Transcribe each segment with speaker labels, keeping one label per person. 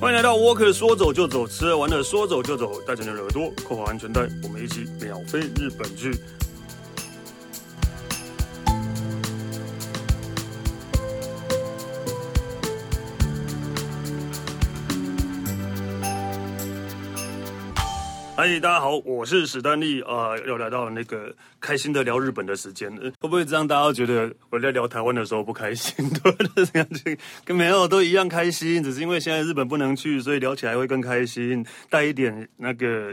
Speaker 1: 欢迎来到沃克，说走就走，吃完了说走就走，带着你的耳朵，扣好安全带，我们一起秒飞日本去。嗨，哎大家好，我是史丹利啊、呃又来到那个开心的聊日本的时间了，会不会这样大家都觉得我在聊台湾的时候不开心？对，这样就跟没有都一样开心，只是因为现在日本不能去，所以聊起来会更开心，带一点那个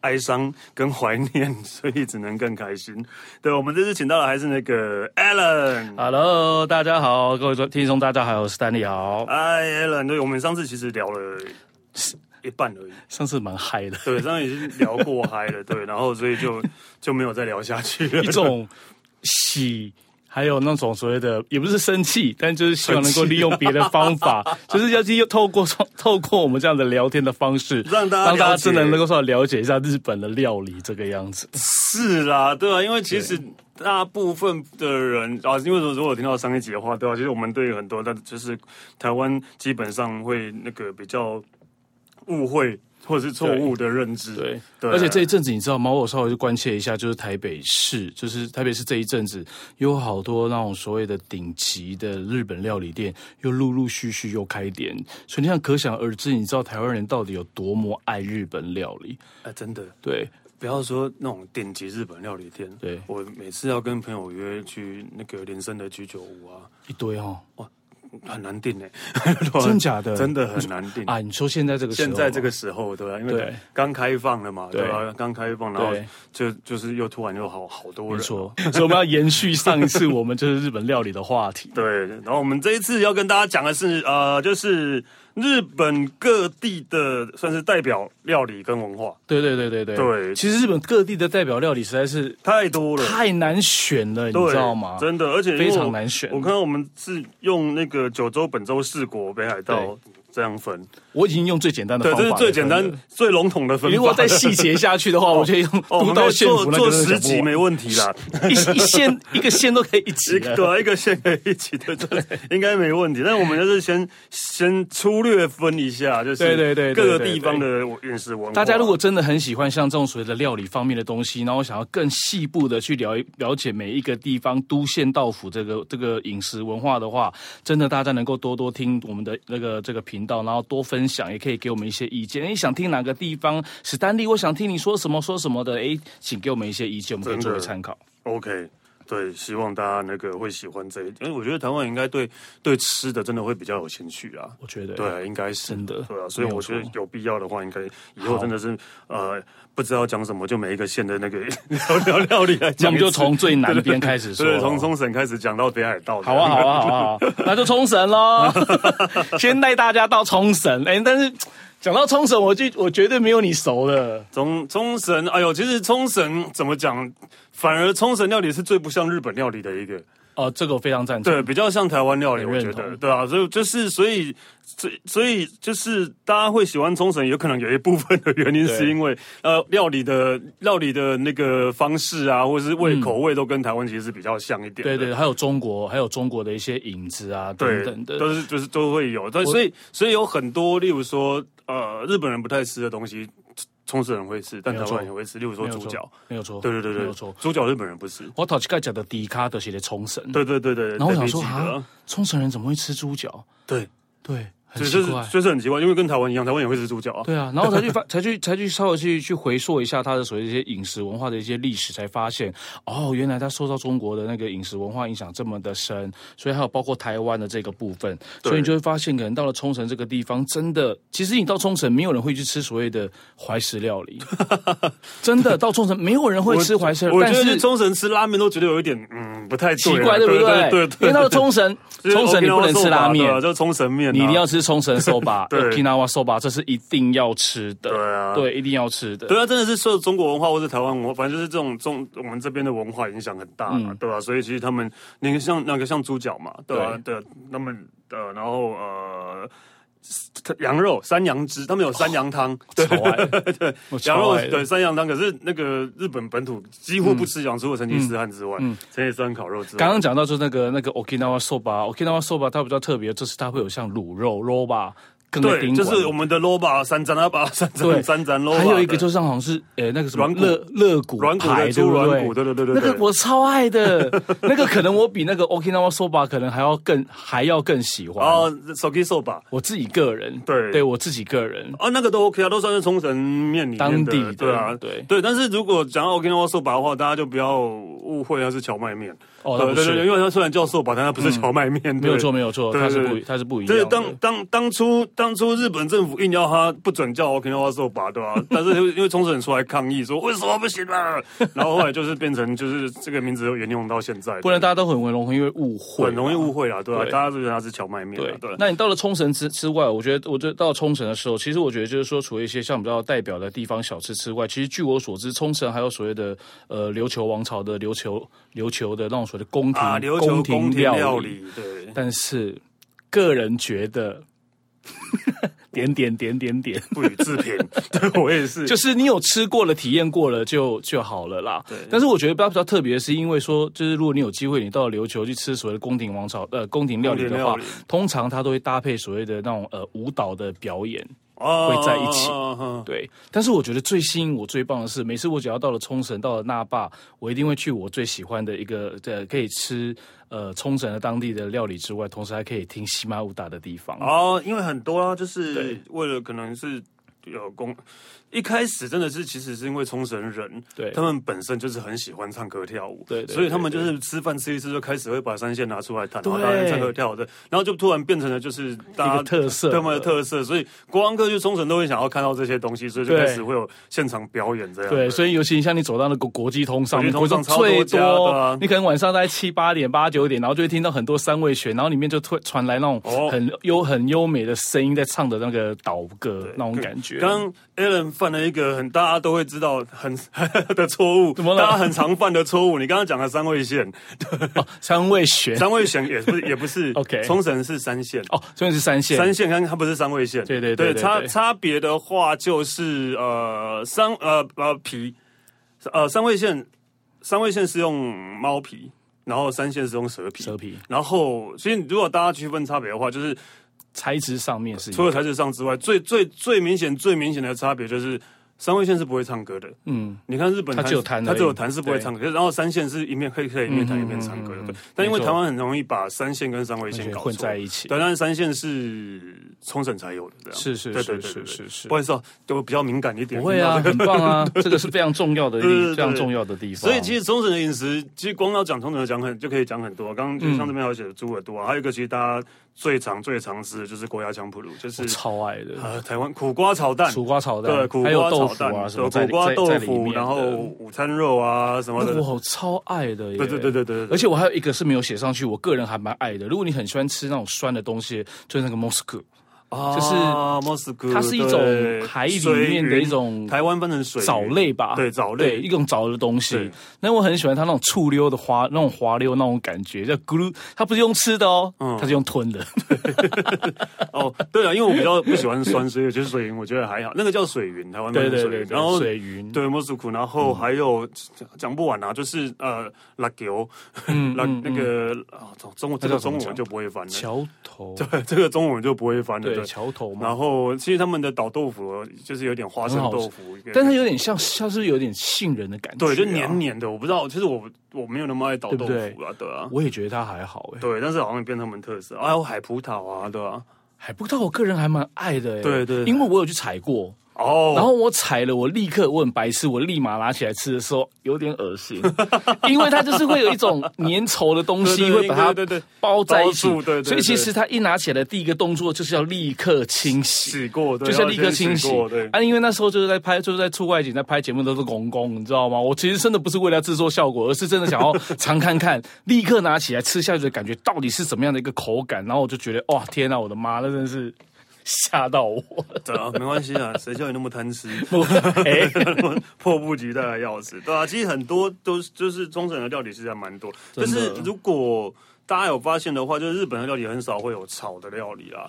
Speaker 1: 哀伤跟怀念， 所以只能更开心。对，我们这次请到的还是那个 Alan。
Speaker 2: Hello，大家好，各位观听众大家好，我是丹尼好。
Speaker 1: 哎，Alan，对我们上次其实聊了一半而已，
Speaker 2: 上次蛮 嗨的，
Speaker 1: 对，上次已经聊过嗨了，对，然后所以就 就没有再聊下去了。
Speaker 2: 一种喜，还有那种所谓的也不是生气，但就是希望能够利用别的方 法，就是要利用透过透过我们这样的聊天的方式，
Speaker 1: 让大家
Speaker 2: 让大
Speaker 1: 了
Speaker 2: 家
Speaker 1: 解
Speaker 2: 真的能够稍微了解一下日本的料理这个样子。
Speaker 1: 是啦，对啊，因为其实大部分的人啊，因为如果有听到上一集的话，对啊，其实我们对很多的，就是台湾基本上会那个比较误会或者是错误的认知，
Speaker 2: 对，
Speaker 1: 对啊
Speaker 2: 而且这一阵子你知道吗？我稍微去关切一下，就是台北市，就是台北市这一阵子有好多那种所谓的顶级的日本料理店，又陆陆续续又开店，所以你想可想而知，你知道台湾人到底有多么爱日本料理？
Speaker 1: 哎，真的
Speaker 2: 对，
Speaker 1: 不要说那种顶级日本料理店，
Speaker 2: 对
Speaker 1: 我每次要跟朋友约去那个林森的居酒屋啊，
Speaker 2: 一堆哦，
Speaker 1: 很难定 哎、
Speaker 2: 真假的
Speaker 1: 真的很难定
Speaker 2: 啊！你说现在这个时候
Speaker 1: 现在这个时候，对吧、啊因为
Speaker 2: 对
Speaker 1: 刚开放了嘛，对
Speaker 2: 对
Speaker 1: 吧、刚开放，然后
Speaker 2: 对
Speaker 1: 就就是又突然又好好多
Speaker 2: 哦没
Speaker 1: 人，
Speaker 2: 错，所以我们要延续上一次我们就是日本料理的话题。
Speaker 1: 对，然后我们这一次要跟大家讲的是，呃，就是日本各地的算是代表料理跟文化，
Speaker 2: 对对对对对
Speaker 1: 对
Speaker 2: 其实日本各地的代表料理实在是
Speaker 1: 太多了。
Speaker 2: 太难选了，你
Speaker 1: 对，
Speaker 2: 知道吗？
Speaker 1: 真的，而且因为
Speaker 2: 非常
Speaker 1: 我
Speaker 2: 难选
Speaker 1: 我看到我们是用那个九州、本州、四国、北海道这样分，
Speaker 2: 我已经用最简单的
Speaker 1: 对，
Speaker 2: 方法
Speaker 1: 这
Speaker 2: 来
Speaker 1: 是
Speaker 2: 分了，
Speaker 1: 最简单、最笼统的分法。
Speaker 2: 如果再细节下去的 话，我觉得用
Speaker 1: 哦，我
Speaker 2: 都
Speaker 1: 们
Speaker 2: 道
Speaker 1: 可以
Speaker 2: 县
Speaker 1: 做
Speaker 2: 府那
Speaker 1: 做
Speaker 2: 个真
Speaker 1: 十
Speaker 2: 的
Speaker 1: 集
Speaker 2: 讲
Speaker 1: 没
Speaker 2: 不
Speaker 1: 问题 啦。
Speaker 2: 完一一线一个县都可以一集
Speaker 1: 一
Speaker 2: 了。
Speaker 1: 对啊，一个线可以一起对对， 应该没问题。但我们就是先先粗略分一下，就是
Speaker 2: 对对对对
Speaker 1: 各个地方的饮食文化。
Speaker 2: 大家如果真的很喜欢像这种所谓的料理方面的东西，然后想要更细部的去了了解每一个地方都县道府这个这个饮食文化的话，真的大家能够多多听我们的那个这个频道，然后多分享，也可以给我们一些意见。你想听哪个地方？史丹利，我想听你说什么说什么的，哎，请给我们一些意见，我们可以作为
Speaker 1: 真的
Speaker 2: 参考。
Speaker 1: OK，对，希望大家那个会喜欢这一，因为我觉得台湾应该对对吃的真的会比较有兴趣啊。
Speaker 2: 我觉得
Speaker 1: 对啊，应该是
Speaker 2: 真的
Speaker 1: 对啊，所以
Speaker 2: 没有
Speaker 1: 我觉得
Speaker 2: 错
Speaker 1: 有必要的话，应该以后真的是呃，不知道讲什么，就每一个县的那个 聊聊料理来
Speaker 2: 那
Speaker 1: 讲
Speaker 2: 我
Speaker 1: 一次。
Speaker 2: 们就从最南边开始说。
Speaker 1: 对，从冲绳开始讲到北海道。
Speaker 2: 好啊，好 啊，好啊，好啊， 那就冲绳喽， 先带大家到冲绳。哎、但是讲到冲绳，我就我绝对没有你熟的。
Speaker 1: 冲冲绳，哎呦，其实冲绳怎么讲，反而冲绳料理是最不像日本料理的一个，
Speaker 2: 哦，这个我非常赞成。
Speaker 1: 对，比较像台湾料理，
Speaker 2: 很
Speaker 1: 我
Speaker 2: 认
Speaker 1: 觉得，
Speaker 2: 同
Speaker 1: 对啊，所以就是所以所以所以就是大家会喜欢冲绳，有可能有一部分的原因
Speaker 2: 对
Speaker 1: 是因为呃料理的料理的那个方式啊，或者是味口味都跟台湾其实是比较像一点的，
Speaker 2: 嗯对对还有中国，还有中国的一些影子啊，等
Speaker 1: 对，
Speaker 2: 等的。
Speaker 1: 都是就是都会有，但所以所以有很多，例如说呃日本人不太吃的东西，冲冲绳人会吃，但
Speaker 2: 没
Speaker 1: 台
Speaker 2: 有错
Speaker 1: 湾人也会吃，例如说
Speaker 2: 没有
Speaker 1: 猪
Speaker 2: 错
Speaker 1: 脚。，
Speaker 2: 没有错，
Speaker 1: 对对对
Speaker 2: 没
Speaker 1: 对
Speaker 2: 有错，。
Speaker 1: 猪脚日本人不吃。
Speaker 2: 我头先讲的迪卡的写的冲绳，
Speaker 1: 对对对对。
Speaker 2: 然后我想
Speaker 1: 对
Speaker 2: 说
Speaker 1: 比基的
Speaker 2: 啊，冲绳人怎么会吃猪脚？
Speaker 1: 对，
Speaker 2: 对，很
Speaker 1: 所以
Speaker 2: 奇
Speaker 1: 就
Speaker 2: 怪
Speaker 1: 是。就是很奇怪，因为跟台湾一样，台湾也会吃猪脚啊。
Speaker 2: 对啊，然后才去发，才去才去稍微去去回溯一下他的所谓这些饮食文化的一些历史，才发现哦，原来他受到中国的那个饮食文化影响这么的深，所以还有包括台湾的这个部分，
Speaker 1: 对
Speaker 2: 所以你就会发现，可能到了冲绳这个地方，真的，其实你到冲绳，没有人会去吃所谓的怀石料 理，真的，到冲绳没有人会吃怀石料理，
Speaker 1: 我觉
Speaker 2: 但
Speaker 1: 得去
Speaker 2: 是。
Speaker 1: 冲绳吃拉面都觉得有一点嗯不太
Speaker 2: 奇
Speaker 1: 啊
Speaker 2: 怪，对不
Speaker 1: 对？对
Speaker 2: 因
Speaker 1: 对，
Speaker 2: 为 到了冲绳，冲绳你不能吃拉面，
Speaker 1: 就是冲绳面啊，
Speaker 2: 你一定要吃冲绳 soba、
Speaker 1: 对
Speaker 2: Okinawa soba，这是一定要吃的。
Speaker 1: 对啊
Speaker 2: 对，一定要吃的。
Speaker 1: 对啊，真的是受中国文化或者台湾文化，反正就是这种中我们这边的文化影响很大嘛，
Speaker 2: 嗯
Speaker 1: 对吧、所以其实他们那个像那个像猪脚嘛，对吧、啊对，他们呃，然后呃。羊肉山羊汁，他们有山羊汤，对
Speaker 2: 超爱
Speaker 1: 对
Speaker 2: 我，哦超
Speaker 1: 羊肉
Speaker 2: 爱的嗯
Speaker 1: 对山羊汤。可是那个日本本土几乎不吃羊，除了成吉思汗之外，成吉思汗烤肉之外，
Speaker 2: 刚刚讲到就是那个那个 Okinawa soba，Okinawa soba 它比较特别，就是它会有像卤肉 roba 更会
Speaker 1: 对，
Speaker 2: 盯
Speaker 1: 就
Speaker 2: 管。
Speaker 1: 是我们的 loba 三斩阿巴三
Speaker 2: 对
Speaker 1: 斩三斩 loba，
Speaker 2: 还有一个
Speaker 1: 的
Speaker 2: 就是上好像是呃那个什么
Speaker 1: 软骨
Speaker 2: 肋肋骨
Speaker 1: 软骨
Speaker 2: 排
Speaker 1: 的猪
Speaker 2: 不
Speaker 1: 软骨，对对对对，
Speaker 2: 那
Speaker 1: 对
Speaker 2: 个我超爱的，那个可能我比那个 Okinawa soba 可能还要更还要更喜欢。
Speaker 1: 哦手 o 手吧，
Speaker 2: 我自己个人，
Speaker 1: 对
Speaker 2: 对我自己个人，
Speaker 1: 啊，那个都 OK 啊，都算是冲绳面里面的
Speaker 2: 当地的
Speaker 1: 对啊，
Speaker 2: 对
Speaker 1: 对。但是如果讲到 Okinawa soba 的话，大家就不要误会它是荞麦面。
Speaker 2: 哦
Speaker 1: 对
Speaker 2: 那不
Speaker 1: 对
Speaker 2: 是
Speaker 1: 对，因为它虽然叫 soba，但它不是荞麦面。对
Speaker 2: 没有错，没有错，
Speaker 1: 对
Speaker 2: 它是
Speaker 1: 对
Speaker 2: 不
Speaker 1: 对
Speaker 2: 它是不一样
Speaker 1: 就
Speaker 2: 的。
Speaker 1: 是当当当初当初日本政府硬要他不准叫 Okinawa soba，对吧、 但是因为冲绳人出来抗议说为什么不行啊？然后后来就是变成就是这个名字沿用到现在，
Speaker 2: 不然大家都很容易会误会，
Speaker 1: 很容易误会啦，对吧、啊
Speaker 2: 对
Speaker 1: 大家都觉得它是荞麦面啊，
Speaker 2: 对
Speaker 1: 对。，
Speaker 2: 那你到了冲绳之之外，我觉得，我觉得到冲绳的时候，其实我觉得就是说，除了一些像比较代表的地方小吃之外，其实据我所知，冲绳还有所谓的呃琉球王朝的琉球琉球的那种所谓的宫廷、
Speaker 1: 啊，琉球宫廷料理，对。
Speaker 2: 但是个人觉得。 点点点点点，
Speaker 1: 不予置评， 对我也是，
Speaker 2: 就是你有吃过了、体验过了就就好了啦。
Speaker 1: 对
Speaker 2: 但是我觉得比较比较特别，是因为说，就是如果你有机会你到琉球去吃所谓的宫廷王朝呃宫廷料理
Speaker 1: 宫
Speaker 2: 的
Speaker 1: 廷料
Speaker 2: 话
Speaker 1: 理，
Speaker 2: 通常它都会搭配所谓的那种呃舞蹈的表演。
Speaker 1: 会
Speaker 2: 会在一
Speaker 1: 哦
Speaker 2: 起
Speaker 1: 对，
Speaker 2: 对，但是我觉得最吸引我、最棒的是，每次我只要到了冲绳、到了那霸，我一定会去我最喜欢的一个呃可以吃呃冲绳的当地的料理之外，同时还可以听西马舞打的地方。
Speaker 1: 哦，因为很多啦，就
Speaker 2: 嗯对
Speaker 1: 是为了可能是有公，一开始真的是其实是因为冲绳人，
Speaker 2: 对
Speaker 1: 他们本身就是很喜欢唱歌跳舞，
Speaker 2: 对对
Speaker 1: 所以他们就是吃饭吃一吃就开始会把三线拿出来弹，然后
Speaker 2: 对
Speaker 1: 大家唱歌跳舞的，然后就突然变成了就是大
Speaker 2: 一
Speaker 1: 家
Speaker 2: 个特色
Speaker 1: 他们的特色，所以国王哥去冲绳都会想要看到这些东西，所以就
Speaker 2: 对
Speaker 1: 开始会有现场表演这样，
Speaker 2: 对，所以尤其像你走到那个国际通上，
Speaker 1: 国际通上
Speaker 2: 国际最
Speaker 1: 超多家对啊
Speaker 2: 你可能晚上大概七八点、八九点，然后就会听到很多三味弦，然后里面就突传来那种
Speaker 1: 哦
Speaker 2: 很优、很优美的声音在唱的那个岛歌那种感觉。
Speaker 1: 刚刚 Alan 犯了一个很大家都会知道很 的错误，
Speaker 2: 么了
Speaker 1: 大家很常犯的错误。你刚刚讲的三味线，
Speaker 2: 哦，三味弦
Speaker 1: 三味线也不是也不是
Speaker 2: OK
Speaker 1: 冲绳是三线。
Speaker 2: 哦，所以是三线。
Speaker 1: 三线跟它不是三味线，
Speaker 2: 对对对对
Speaker 1: 差
Speaker 2: 对
Speaker 1: 差别的话就是呃三呃呃皮，呃三味线三味线是用猫皮，然后三线是用蛇皮，
Speaker 2: 蛇皮
Speaker 1: 然后其实如果大家区分差别的话，就是
Speaker 2: 材质上面是一
Speaker 1: 除
Speaker 2: 样
Speaker 1: 了材质上之外，最最最明显、最明显的差别就是三味线是不会唱歌的。嗯，你看日本
Speaker 2: 它只有弹而已嗯
Speaker 1: 它只有弹是不会唱歌。然后三线是一面可以可以一面弹一面唱歌的。对但因为
Speaker 2: 没错
Speaker 1: 台湾很容易把三线跟三味线搞错
Speaker 2: 混在一起
Speaker 1: 对，但是三线是冲绳才有的，这样
Speaker 2: 是是
Speaker 1: 对
Speaker 2: 是
Speaker 1: 对对
Speaker 2: 是
Speaker 1: 对
Speaker 2: 是是
Speaker 1: 不好意思哦，对我比较敏感一点。
Speaker 2: 不 会啊，
Speaker 1: 听到这
Speaker 2: 很
Speaker 1: 个
Speaker 2: 棒啊，这个是非常重要的地
Speaker 1: 对对，对
Speaker 2: 非常重要的地方。
Speaker 1: 所以其实冲绳的饮食，其实光要讲冲绳的讲很就可以讲很多。刚刚
Speaker 2: 嗯
Speaker 1: 就像这边还有写的猪耳朵啊，还有一个其实大家最常最常吃的就是国家姜普鲁，就是
Speaker 2: 我超爱的
Speaker 1: 呃台湾苦瓜炒蛋。
Speaker 2: 苦瓜炒蛋，
Speaker 1: 对，苦
Speaker 2: 还有
Speaker 1: 瓜
Speaker 2: 豆
Speaker 1: 炒
Speaker 2: 腐
Speaker 1: 蛋，
Speaker 2: 啊什么
Speaker 1: 对
Speaker 2: 在
Speaker 1: 苦瓜
Speaker 2: 在
Speaker 1: 豆
Speaker 2: 在里面
Speaker 1: 腐，
Speaker 2: 的嗯
Speaker 1: 然后午餐肉啊什么
Speaker 2: 那
Speaker 1: 的
Speaker 2: 个，我超爱的耶！
Speaker 1: 对对对对对对
Speaker 2: 而且我还有一个是没有写上去，我个人还蛮爱的。如果你很喜欢吃那种酸的东西，就是那个 Moscow，
Speaker 1: 啊
Speaker 2: 就是
Speaker 1: 莫斯科，
Speaker 2: 它是一种
Speaker 1: 对
Speaker 2: 海里
Speaker 1: 水
Speaker 2: 面的一
Speaker 1: 云
Speaker 2: 种
Speaker 1: 台湾分成水
Speaker 2: 藻
Speaker 1: 云
Speaker 2: 类吧？
Speaker 1: 对藻
Speaker 2: 对
Speaker 1: 类
Speaker 2: 一，种藻的东西
Speaker 1: 对。
Speaker 2: 那我很喜欢它那种醋溜的滑，那种滑溜那种感觉，叫咕噜。它不是用吃的哦，
Speaker 1: 嗯
Speaker 2: 它是用吞 的。
Speaker 1: 哦，对啊，因为我比较不喜欢酸，所以就是水云，我觉得还好。那个叫水云，台湾分
Speaker 2: 对
Speaker 1: 成水
Speaker 2: 对对，
Speaker 1: 云，
Speaker 2: 对
Speaker 1: 然后
Speaker 2: 水云，嗯
Speaker 1: 对，莫斯科，然后还有讲不完啊，就是呃，拉球，
Speaker 2: 嗯
Speaker 1: 拉那个啊，中中文这
Speaker 2: 叫
Speaker 1: 个
Speaker 2: 什
Speaker 1: 中
Speaker 2: 么
Speaker 1: 文我就不会翻了，
Speaker 2: 桥 头，
Speaker 1: 对，这个中文我就不会翻了。
Speaker 2: 对
Speaker 1: 对，
Speaker 2: 桥头嘛。
Speaker 1: 然后其实他们的倒豆腐就是有点花生
Speaker 2: 很好吃
Speaker 1: 豆腐，
Speaker 2: 但它有点像，像是有点杏仁的感觉、啊
Speaker 1: 对，就黏。黏的。我不知道，其实我我没有那么爱倒豆
Speaker 2: 对不
Speaker 1: 腐啊，对啊，
Speaker 2: 我也觉得它还好哎、
Speaker 1: 对，但是好像变他们特色。还有海葡萄啊，对啊，
Speaker 2: 还不到我个人还蛮爱的哎、
Speaker 1: 对对对
Speaker 2: 因为我有去采过，
Speaker 1: 哦，
Speaker 2: 然后我踩了，我立刻我很白痴，我立马拿起来吃的时候有点 恶心，因为它就是会有一种粘稠的东西
Speaker 1: 对对
Speaker 2: 会把它
Speaker 1: 对对对
Speaker 2: 包在一起，
Speaker 1: 包住对对对
Speaker 2: 所以其实它一拿起来的第一个动作就是要立刻清洗。
Speaker 1: 洗过，对，
Speaker 2: 就是要立刻
Speaker 1: 要先
Speaker 2: 清洗
Speaker 1: 洗过对。
Speaker 2: 啊！因为那时候就是在拍，就是在出外景，在拍节目都是公公，你知道吗？我其实真的不是为了制作效果，而是真的想要尝看看，立刻拿起来吃下去的感觉到底是怎么样的一个口感。然后我就觉得，哇，天呐，我的妈，那真的是吓到 我！
Speaker 1: 对啊，没关系啊， 谁叫你那么贪吃？
Speaker 2: 哎
Speaker 1: 迫不及待的要死，对啊，其实很多都是就是中省的料理其实还蛮多，
Speaker 2: 真
Speaker 1: 但
Speaker 2: 的
Speaker 1: 是如果大家有发现的话，就是日本的料理很少会有炒的料理啊。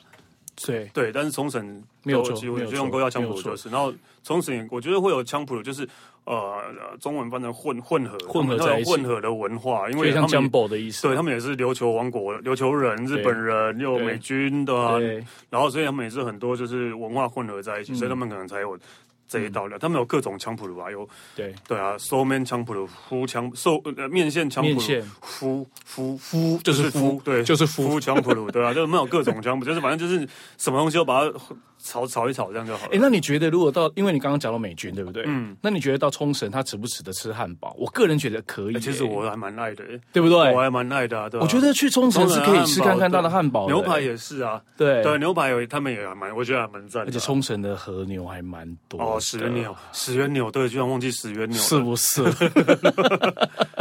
Speaker 2: 对，
Speaker 1: 对，但是冲绳
Speaker 2: 没有
Speaker 1: 都
Speaker 2: 错
Speaker 1: 几乎
Speaker 2: 没有
Speaker 1: 就用
Speaker 2: 错
Speaker 1: 勾要枪
Speaker 2: 没有
Speaker 1: 普鲁
Speaker 2: 错
Speaker 1: 就是，然后冲绳我觉得会有枪普鲁，就是呃呃中文翻成混混合
Speaker 2: 混合
Speaker 1: 他们
Speaker 2: 在
Speaker 1: 有
Speaker 2: 一起
Speaker 1: 混合的文化，因
Speaker 2: 所以
Speaker 1: 为
Speaker 2: 像
Speaker 1: 他们也
Speaker 2: Jumbo 的意思，
Speaker 1: 对他们也是琉球王国、琉球人、日本人，又有
Speaker 2: 对
Speaker 1: 美军的、啊，
Speaker 2: 对嗯
Speaker 1: 然后所以他们也是很多就是文化混合在一起，所以他们可能才有这一道料。他们有各种枪普鲁啊，有
Speaker 2: 对，
Speaker 1: 对啊，so man 枪普鲁、夫枪寿呃面线枪
Speaker 2: 面
Speaker 1: 普
Speaker 2: 线
Speaker 1: 鲁、夫夫
Speaker 2: 夫就是夫，
Speaker 1: 对，
Speaker 2: 就是夫
Speaker 1: 夫。枪普鲁，对 啊，就是没有各种枪普，就是反正就是什么东西都把它炒炒一炒，这样就好
Speaker 2: 哎，
Speaker 1: 了。
Speaker 2: 那你觉得如果到，因为你刚刚讲到美军，对不对？嗯，那你觉得到冲绳，它值不值得吃汉堡？我个人觉得可以、
Speaker 1: 欸其实我还蛮爱的、欸，
Speaker 2: 对不对？
Speaker 1: 我还蛮爱的、啊，对啊
Speaker 2: 我觉得去冲绳是可以吃看看它的汉堡的欸
Speaker 1: 牛排也是啊，
Speaker 2: 对
Speaker 1: 对，牛排有他们也还蛮，我觉得还蛮赞的啊、
Speaker 2: 而且冲绳的和牛还蛮多的
Speaker 1: 哦，石原牛，石原牛，对，居然忘记石原牛了。
Speaker 2: 是 不是？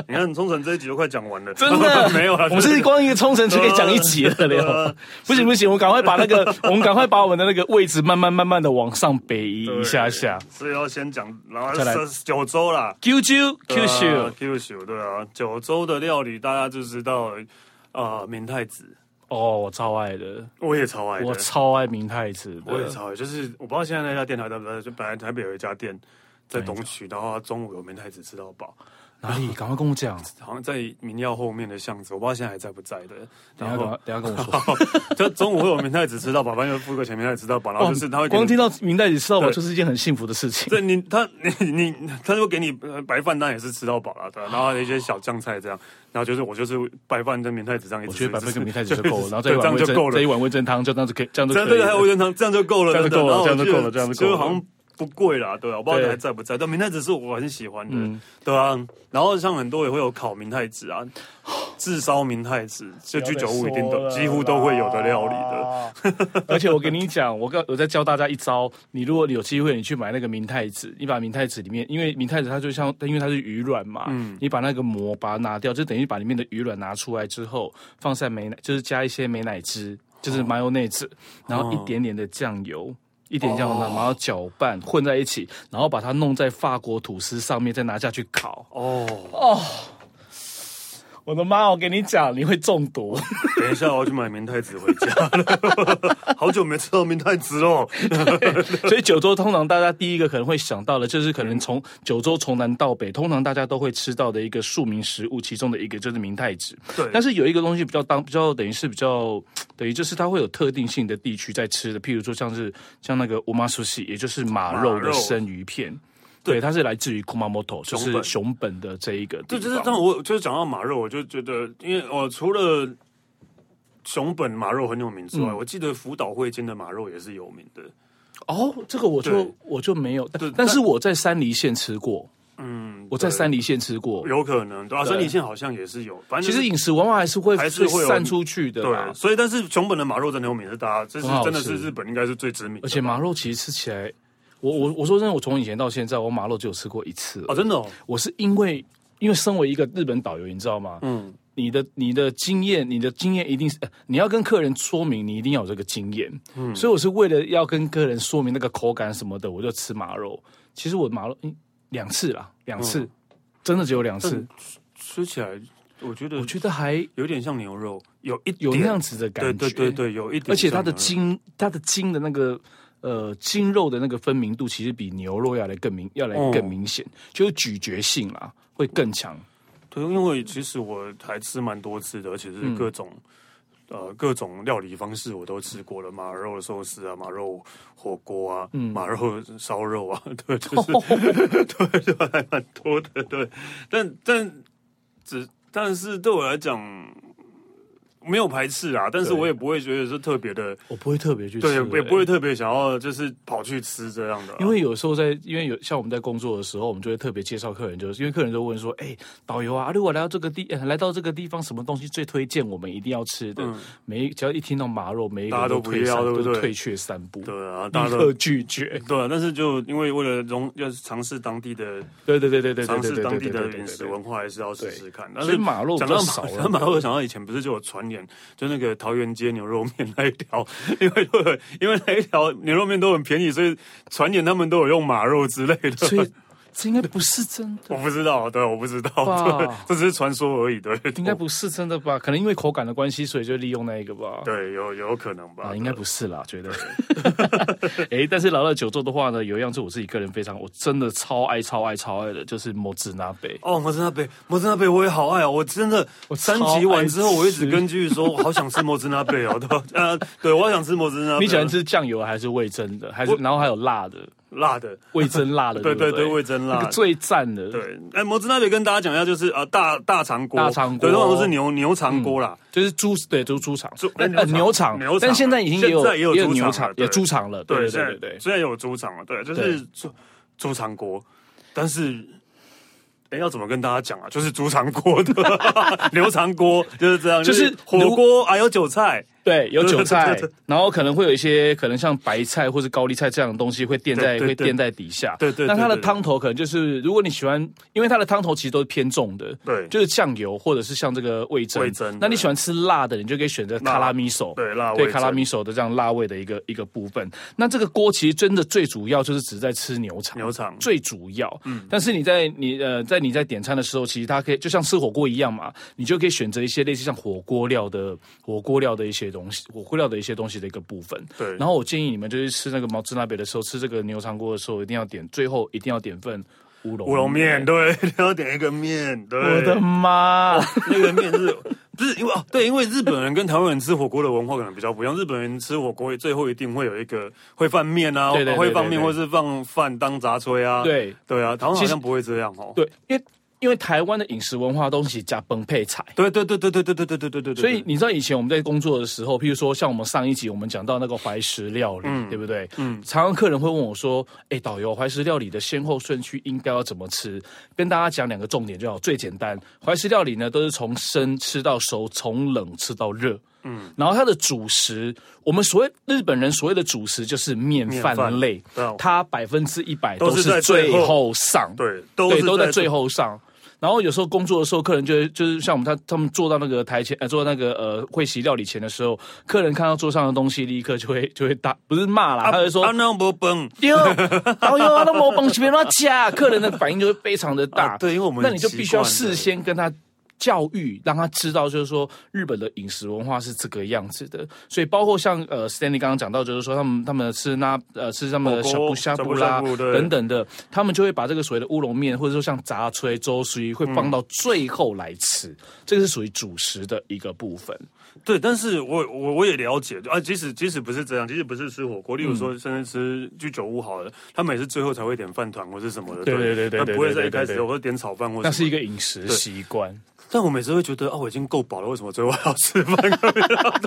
Speaker 1: 你看冲绳这一集都快讲完了，
Speaker 2: 真 的
Speaker 1: 没有了。啊
Speaker 2: 我们是光一个冲绳就可以讲一集了
Speaker 1: 对
Speaker 2: 了
Speaker 1: 啊。
Speaker 2: 不行不行，我赶快把那个， 我们赶快把我们的那个位置慢慢慢慢的往上北移
Speaker 1: 对
Speaker 2: 一下下。
Speaker 1: 所以要先讲，然后
Speaker 2: 再来
Speaker 1: 是九州啦，
Speaker 2: Q Q Q
Speaker 1: 对啊
Speaker 2: Q，
Speaker 1: Kyushu，对啊，九州的料理大家就知道，呃，明太子，
Speaker 2: 哦，我超爱的，
Speaker 1: 我也超爱的
Speaker 2: 我，超爱明太子
Speaker 1: 我也
Speaker 2: 的。
Speaker 1: 超爱，就是我不知道现在那家店还在不在，就本来台北有一家店在东区，然后它中午有明太子吃到饱，
Speaker 2: 哪里？赶快跟 我讲，
Speaker 1: 好像在民耀后面的巷子，我不知道现在还在不在的。
Speaker 2: 等
Speaker 1: 然
Speaker 2: 一下跟
Speaker 1: 后
Speaker 2: 我等一下跟我说。
Speaker 1: 就中午会有明太子吃到饱，反正就付个钱明太子吃到饱，然后就是他会给
Speaker 2: 光
Speaker 1: 你
Speaker 2: 听到明代子吃到饱
Speaker 1: 对
Speaker 2: 就是一件很幸福的事情。
Speaker 1: 对你，他你你，他就给你呃白饭，当然也是吃到饱了，对啊、然后还有一些小酱菜这样，然后就是我就是白饭跟明太子这样一
Speaker 2: 我
Speaker 1: 直吃，
Speaker 2: 觉得白饭
Speaker 1: 一直
Speaker 2: 跟
Speaker 1: 吃
Speaker 2: 明太子就够了，然后再
Speaker 1: 对
Speaker 2: 一
Speaker 1: 这
Speaker 2: 碗
Speaker 1: 样
Speaker 2: 味
Speaker 1: 就够
Speaker 2: 噌，再一
Speaker 1: 了，
Speaker 2: 碗味噌汤，就这样子可以，这样就
Speaker 1: 这样
Speaker 2: 可以
Speaker 1: 对，还有
Speaker 2: 了。
Speaker 1: 味噌汤，这样就够了，
Speaker 2: 这样就够了
Speaker 1: 对
Speaker 2: 这样就够
Speaker 1: 然后我记得
Speaker 2: 了这样就够
Speaker 1: 就
Speaker 2: 了
Speaker 1: 好像不贵啦，对啊，我不知道
Speaker 2: 对
Speaker 1: 还在不在，但明太子是我很喜欢的，对啊，然后像很多也会有烤明太子啊，炙烧明太子，就居酒屋一定都几乎都会有的料理的。
Speaker 2: 的。 而且我跟你讲，我刚我在教大家一招，你如果有机会，你去买那个明太子，你把明太子里面，因为明太子它就像，因为它是鱼卵嘛，你把那个膜把它拿掉，就等于把里面的鱼卵拿出来之后，放在美奶，就是加一些美奶汁，就是 mayonnaise，然后一点点的酱油。一点酱油，然后搅拌混在一起，然后把它弄在法国吐司上面，再拿下去烤。
Speaker 1: 哦，
Speaker 2: 我的妈！我跟你讲，你会中毒。
Speaker 1: 等一下我要去买明太子回家了，好久没吃到明太子喽。
Speaker 2: 所以九州通常大家第一个可能会想到的，就是可能从九州从南到北，通常大家都会吃到的一个庶民食物，其中的一个就是明太子。
Speaker 1: 对
Speaker 2: 但是有一个东西比较当比较等于是比较等于就是它会有特定性的地区在吃的，譬如说像是像那个乌马苏西，也就是马肉
Speaker 1: 马
Speaker 2: 的
Speaker 1: 肉
Speaker 2: 生鱼片。对，它是来自于 Kumamoto，就
Speaker 1: 熊
Speaker 2: 是
Speaker 1: 本
Speaker 2: 熊本的这一个地
Speaker 1: 对，
Speaker 2: 方。
Speaker 1: 就是让我就是讲到马肉，我就觉得，因为我除了熊本马肉很有名之
Speaker 2: 嗯
Speaker 1: 外，我记得福岛汇金的马肉也是有名的。
Speaker 2: 哦，这个我就
Speaker 1: 对
Speaker 2: 我就没有，但
Speaker 1: 对
Speaker 2: 但是我在山梨县吃过，
Speaker 1: 嗯，
Speaker 2: 我在
Speaker 1: 对
Speaker 2: 山梨县吃过。
Speaker 1: 有可能，对啊，
Speaker 2: 对
Speaker 1: 山梨县好像也是有，反正
Speaker 2: 其
Speaker 1: 就是
Speaker 2: 实啊饮食文化还是会
Speaker 1: 还是会有
Speaker 2: 散出去的啦
Speaker 1: 对，啊所以但是熊本的马肉真的有名，是大家这是
Speaker 2: 很好吃
Speaker 1: 真的是日本应该是最知名的吧，
Speaker 2: 哦而且马肉其实吃起来，我我我说真的，我从以前到现在，我马肉只有吃过一次了。
Speaker 1: 哦，真的哦，
Speaker 2: 我是因为因为身为一个日本导游，你知道吗？
Speaker 1: 嗯，
Speaker 2: 你的你的经验，你的经验一定是、呃你要跟客人说明，你一定要有这个经验。嗯，所以我是为了要跟客人说明那个口感什么的，我就吃马肉。其实我马肉嗯两次啦，两次、
Speaker 1: 嗯
Speaker 2: 真的只有两次，
Speaker 1: 吃起来我觉得
Speaker 2: 我觉得还
Speaker 1: 有点像牛肉，有一
Speaker 2: 有那
Speaker 1: 点
Speaker 2: 样子的感
Speaker 1: 对
Speaker 2: 觉。
Speaker 1: 对对对，有一点，
Speaker 2: 而且它的。筋，它的筋的那个呃筋肉的那个分明度，其实比牛肉要来更明，要来
Speaker 1: 哦
Speaker 2: 更明显，就是咀嚼性啦，会更强。
Speaker 1: 对，因为其实我还吃蛮多次的，而且
Speaker 2: 嗯
Speaker 1: 是各种、呃各种料理方式我都吃过了，马肉寿司啊，马肉火锅啊，
Speaker 2: 嗯
Speaker 1: 马肉烧肉啊， 对，就是 对，就还蛮多的，对，但但只但是对我来讲。没有排斥啊，但是
Speaker 2: 对
Speaker 1: 我也不会觉得是特别的，
Speaker 2: 我不会特别去
Speaker 1: 对，
Speaker 2: 吃，
Speaker 1: 也不会。特别想要就是跑去吃这样的啊、
Speaker 2: 因为有时候在，因为有像我们在工作的时候，我们就会特别介绍客人，就是因为客人就问说：“哎、导游啊，如果来到这个地，呃来到这个地方，什么东西最推荐我们一定要吃的？”每一只要一听到马肉，每一个
Speaker 1: 大家
Speaker 2: 人
Speaker 1: 都
Speaker 2: 都
Speaker 1: 不
Speaker 2: 退
Speaker 1: 要
Speaker 2: 三，
Speaker 1: 对不
Speaker 2: 都
Speaker 1: 对
Speaker 2: 退却三步，立
Speaker 1: 对啊，大家都
Speaker 2: 刻拒绝。
Speaker 1: 对啊，但是就因为为了融，要尝试当地的
Speaker 2: 对对对对对对
Speaker 1: 尝
Speaker 2: 对
Speaker 1: 试
Speaker 2: 对
Speaker 1: 当
Speaker 2: 对
Speaker 1: 地
Speaker 2: 对
Speaker 1: 的
Speaker 2: 对
Speaker 1: 饮食
Speaker 2: 对
Speaker 1: 文化，还是要试试看。但
Speaker 2: 所以
Speaker 1: 是
Speaker 2: 马肉比
Speaker 1: 讲
Speaker 2: 较
Speaker 1: 到
Speaker 2: 少啊
Speaker 1: 马，
Speaker 2: 了
Speaker 1: 讲 到马肉，想到以前不是就有传言，就那个桃园街牛肉面那一条，因为都有因为那一条牛肉面都很便宜，所以传言他们都有用马肉之类的。
Speaker 2: 所以这应该不是真的
Speaker 1: 我不知道，对，我不知道，
Speaker 2: 哇
Speaker 1: 对这只是传说而已，对，
Speaker 2: 应该不是真的吧？可能因为口感的关系，所以就利用那一个吧。
Speaker 1: 对，有有可能吧，
Speaker 2: 啊，应该不是啦，觉得。 哎、但是聊到九州的话呢，有一样是我自己个人非常，我真的超爱、超爱、超爱的，就是摩子拿贝。
Speaker 1: 哦，摩斯纳贝，摩斯纳贝我也好爱哦！我真的
Speaker 2: 我
Speaker 1: 三
Speaker 2: 超
Speaker 1: 集完
Speaker 2: 爱
Speaker 1: 之后，我一
Speaker 2: 吃
Speaker 1: 直跟剧说，我好想吃摩斯纳贝哦，对吧？呃，对，我好想吃摩斯纳贝。
Speaker 2: 你喜欢吃酱油还是味噌的？还是
Speaker 1: 我
Speaker 2: 然后还有辣的，
Speaker 1: 辣的？
Speaker 2: 味噌辣的，
Speaker 1: 对
Speaker 2: 不
Speaker 1: 对
Speaker 2: 对，
Speaker 1: 对，味增
Speaker 2: 那
Speaker 1: 辣
Speaker 2: 个。最赞的，，
Speaker 1: 对，哎，摩斯纳贝跟大家讲一下，就是呃大大肠锅，
Speaker 2: 大肠锅
Speaker 1: 对，
Speaker 2: 嗯
Speaker 1: 通常都是牛牛肠锅啦。
Speaker 2: 就是猪对，就是猪肠
Speaker 1: 猪，
Speaker 2: 呃
Speaker 1: 哎
Speaker 2: 牛
Speaker 1: 牛
Speaker 2: 肠
Speaker 1: 肠，牛肠
Speaker 2: 但现在已经也
Speaker 1: 现
Speaker 2: 有
Speaker 1: 在也有猪
Speaker 2: 牛
Speaker 1: 肠
Speaker 2: 肠
Speaker 1: 了，对
Speaker 2: 也猪肠了，对
Speaker 1: 对，
Speaker 2: 对
Speaker 1: 现
Speaker 2: 对对
Speaker 1: 在
Speaker 2: 对。
Speaker 1: 现在有猪肠了，对，就是猪猪肠锅，但是。哎，要怎么跟大家讲啊？就是猪肠锅的 牛肠锅就是这样，
Speaker 2: 就是
Speaker 1: 火锅还有韭菜，
Speaker 2: 对，有韭菜
Speaker 1: 对对对，
Speaker 2: 然后可能会有一些可能像白菜或是高丽菜这样的东西会垫在
Speaker 1: 对对
Speaker 2: 会
Speaker 1: 对
Speaker 2: 垫在底下。
Speaker 1: 对对对
Speaker 2: 那它
Speaker 1: 对
Speaker 2: 的
Speaker 1: 对
Speaker 2: 汤头可能就是，如果你喜欢，因为它的汤头其实都是偏重的，
Speaker 1: 对
Speaker 2: 就是酱油或者是像这个味噌。
Speaker 1: 味噌
Speaker 2: 那你
Speaker 1: 对
Speaker 2: 喜欢吃辣的，你就可以选择
Speaker 1: 辣
Speaker 2: 卡拉米手，
Speaker 1: 对辣
Speaker 2: 对
Speaker 1: 味噌
Speaker 2: 卡拉米手的这样辣味的一个一个部分。那这个锅其实真的最主要就是只在吃牛肠，
Speaker 1: 牛肠
Speaker 2: 最主要。嗯，但是你在你呃在你在点餐的时候，其实它可以就像吃火锅一样嘛，你就可以选择一些类似像火锅料的火锅料的一些东西，火锅料的一些东西的一个部分。
Speaker 1: 对
Speaker 2: 然后我建议你们就是吃那个毛汁那边的时候，吃这个牛肠锅的时候，一定要点最后一定要点份乌龙
Speaker 1: 乌龙面，。对， 你要点一个面，对，
Speaker 2: 我的妈！
Speaker 1: 那个面是。不是因为哦，对，因为日本人跟台湾人吃火锅的文化可能比较不一样。日本人吃火锅最后一定会有一个会放面啊，
Speaker 2: 对对对
Speaker 1: 会放
Speaker 2: 对
Speaker 1: 面，
Speaker 2: 对
Speaker 1: 或是放饭当杂炊啊。
Speaker 2: 对
Speaker 1: 对啊，台湾好
Speaker 2: 其实
Speaker 1: 像不会这样哦。
Speaker 2: 对，因为因为台湾的饮食文化东西加崩配菜。
Speaker 1: 对对对对对对对对对对对对。
Speaker 2: 所以你知道以前我们在工作的时候，譬如说像我们上一集我们讲到那个怀石料理，对不对？嗯，常常客人会问我说：“哎，导游，怀石料理的先后顺序应该要怎么吃？”跟大家讲两个重点就好，最简单，怀石料理呢都是从生吃到熟，从冷吃到热。嗯，然后它的主食，我们所谓日本人所谓的主食就是面
Speaker 1: 面
Speaker 2: 饭
Speaker 1: 饭
Speaker 2: 类
Speaker 1: 对啊，
Speaker 2: 它百分之一百
Speaker 1: 都
Speaker 2: 都
Speaker 1: 是在
Speaker 2: 是
Speaker 1: 最
Speaker 2: 最
Speaker 1: 后
Speaker 2: 后上。
Speaker 1: 对都
Speaker 2: 对，
Speaker 1: 是
Speaker 2: 都在
Speaker 1: 在
Speaker 2: 最后上。然后有时候工作的时候，客人就会就是像我们他他们坐到那个台前，呃，坐到那个呃会席料理前的时候，客人看到桌上的东西，立刻就会就会打，不是骂啦，他会说哎
Speaker 1: 啊，那不崩，
Speaker 2: 丢，导游啊，那毛崩西别乱加，客人的反应就会非常的大。
Speaker 1: 啊对因为我们
Speaker 2: 那你就必须
Speaker 1: 习
Speaker 2: 要
Speaker 1: 惯
Speaker 2: 事
Speaker 1: 的
Speaker 2: 先跟他。教育让他知道，就是说日本的饮食文化是这个样子的，所以包括像呃，Stanley 刚刚讲到，就是说他们他们吃那呃吃他们的
Speaker 1: 火锅
Speaker 2: 小布虾布啦
Speaker 1: 小布呷布对
Speaker 2: 等等的，他们就会把这个所谓的乌龙面或者说像杂炊、粥水会
Speaker 1: 嗯
Speaker 2: 放到最后来吃，这个是属于主食的一个部分。
Speaker 1: 对，但是我我我也了解啊，即使即使不是这样，即使不是吃火锅，例如
Speaker 2: 嗯
Speaker 1: 说甚至吃居酒屋好了，他们也是最后才会点饭团或是什么的，
Speaker 2: 对对对对
Speaker 1: 那
Speaker 2: 对
Speaker 1: 不会
Speaker 2: 对
Speaker 1: 在
Speaker 2: 对
Speaker 1: 一开
Speaker 2: 对
Speaker 1: 始
Speaker 2: 对
Speaker 1: 我会点炒饭或
Speaker 2: 那是一
Speaker 1: 个，
Speaker 2: 个饮食习惯，
Speaker 1: 但我每次会觉得啊，我已经够饱了，为什么最后还要吃饭？ 啊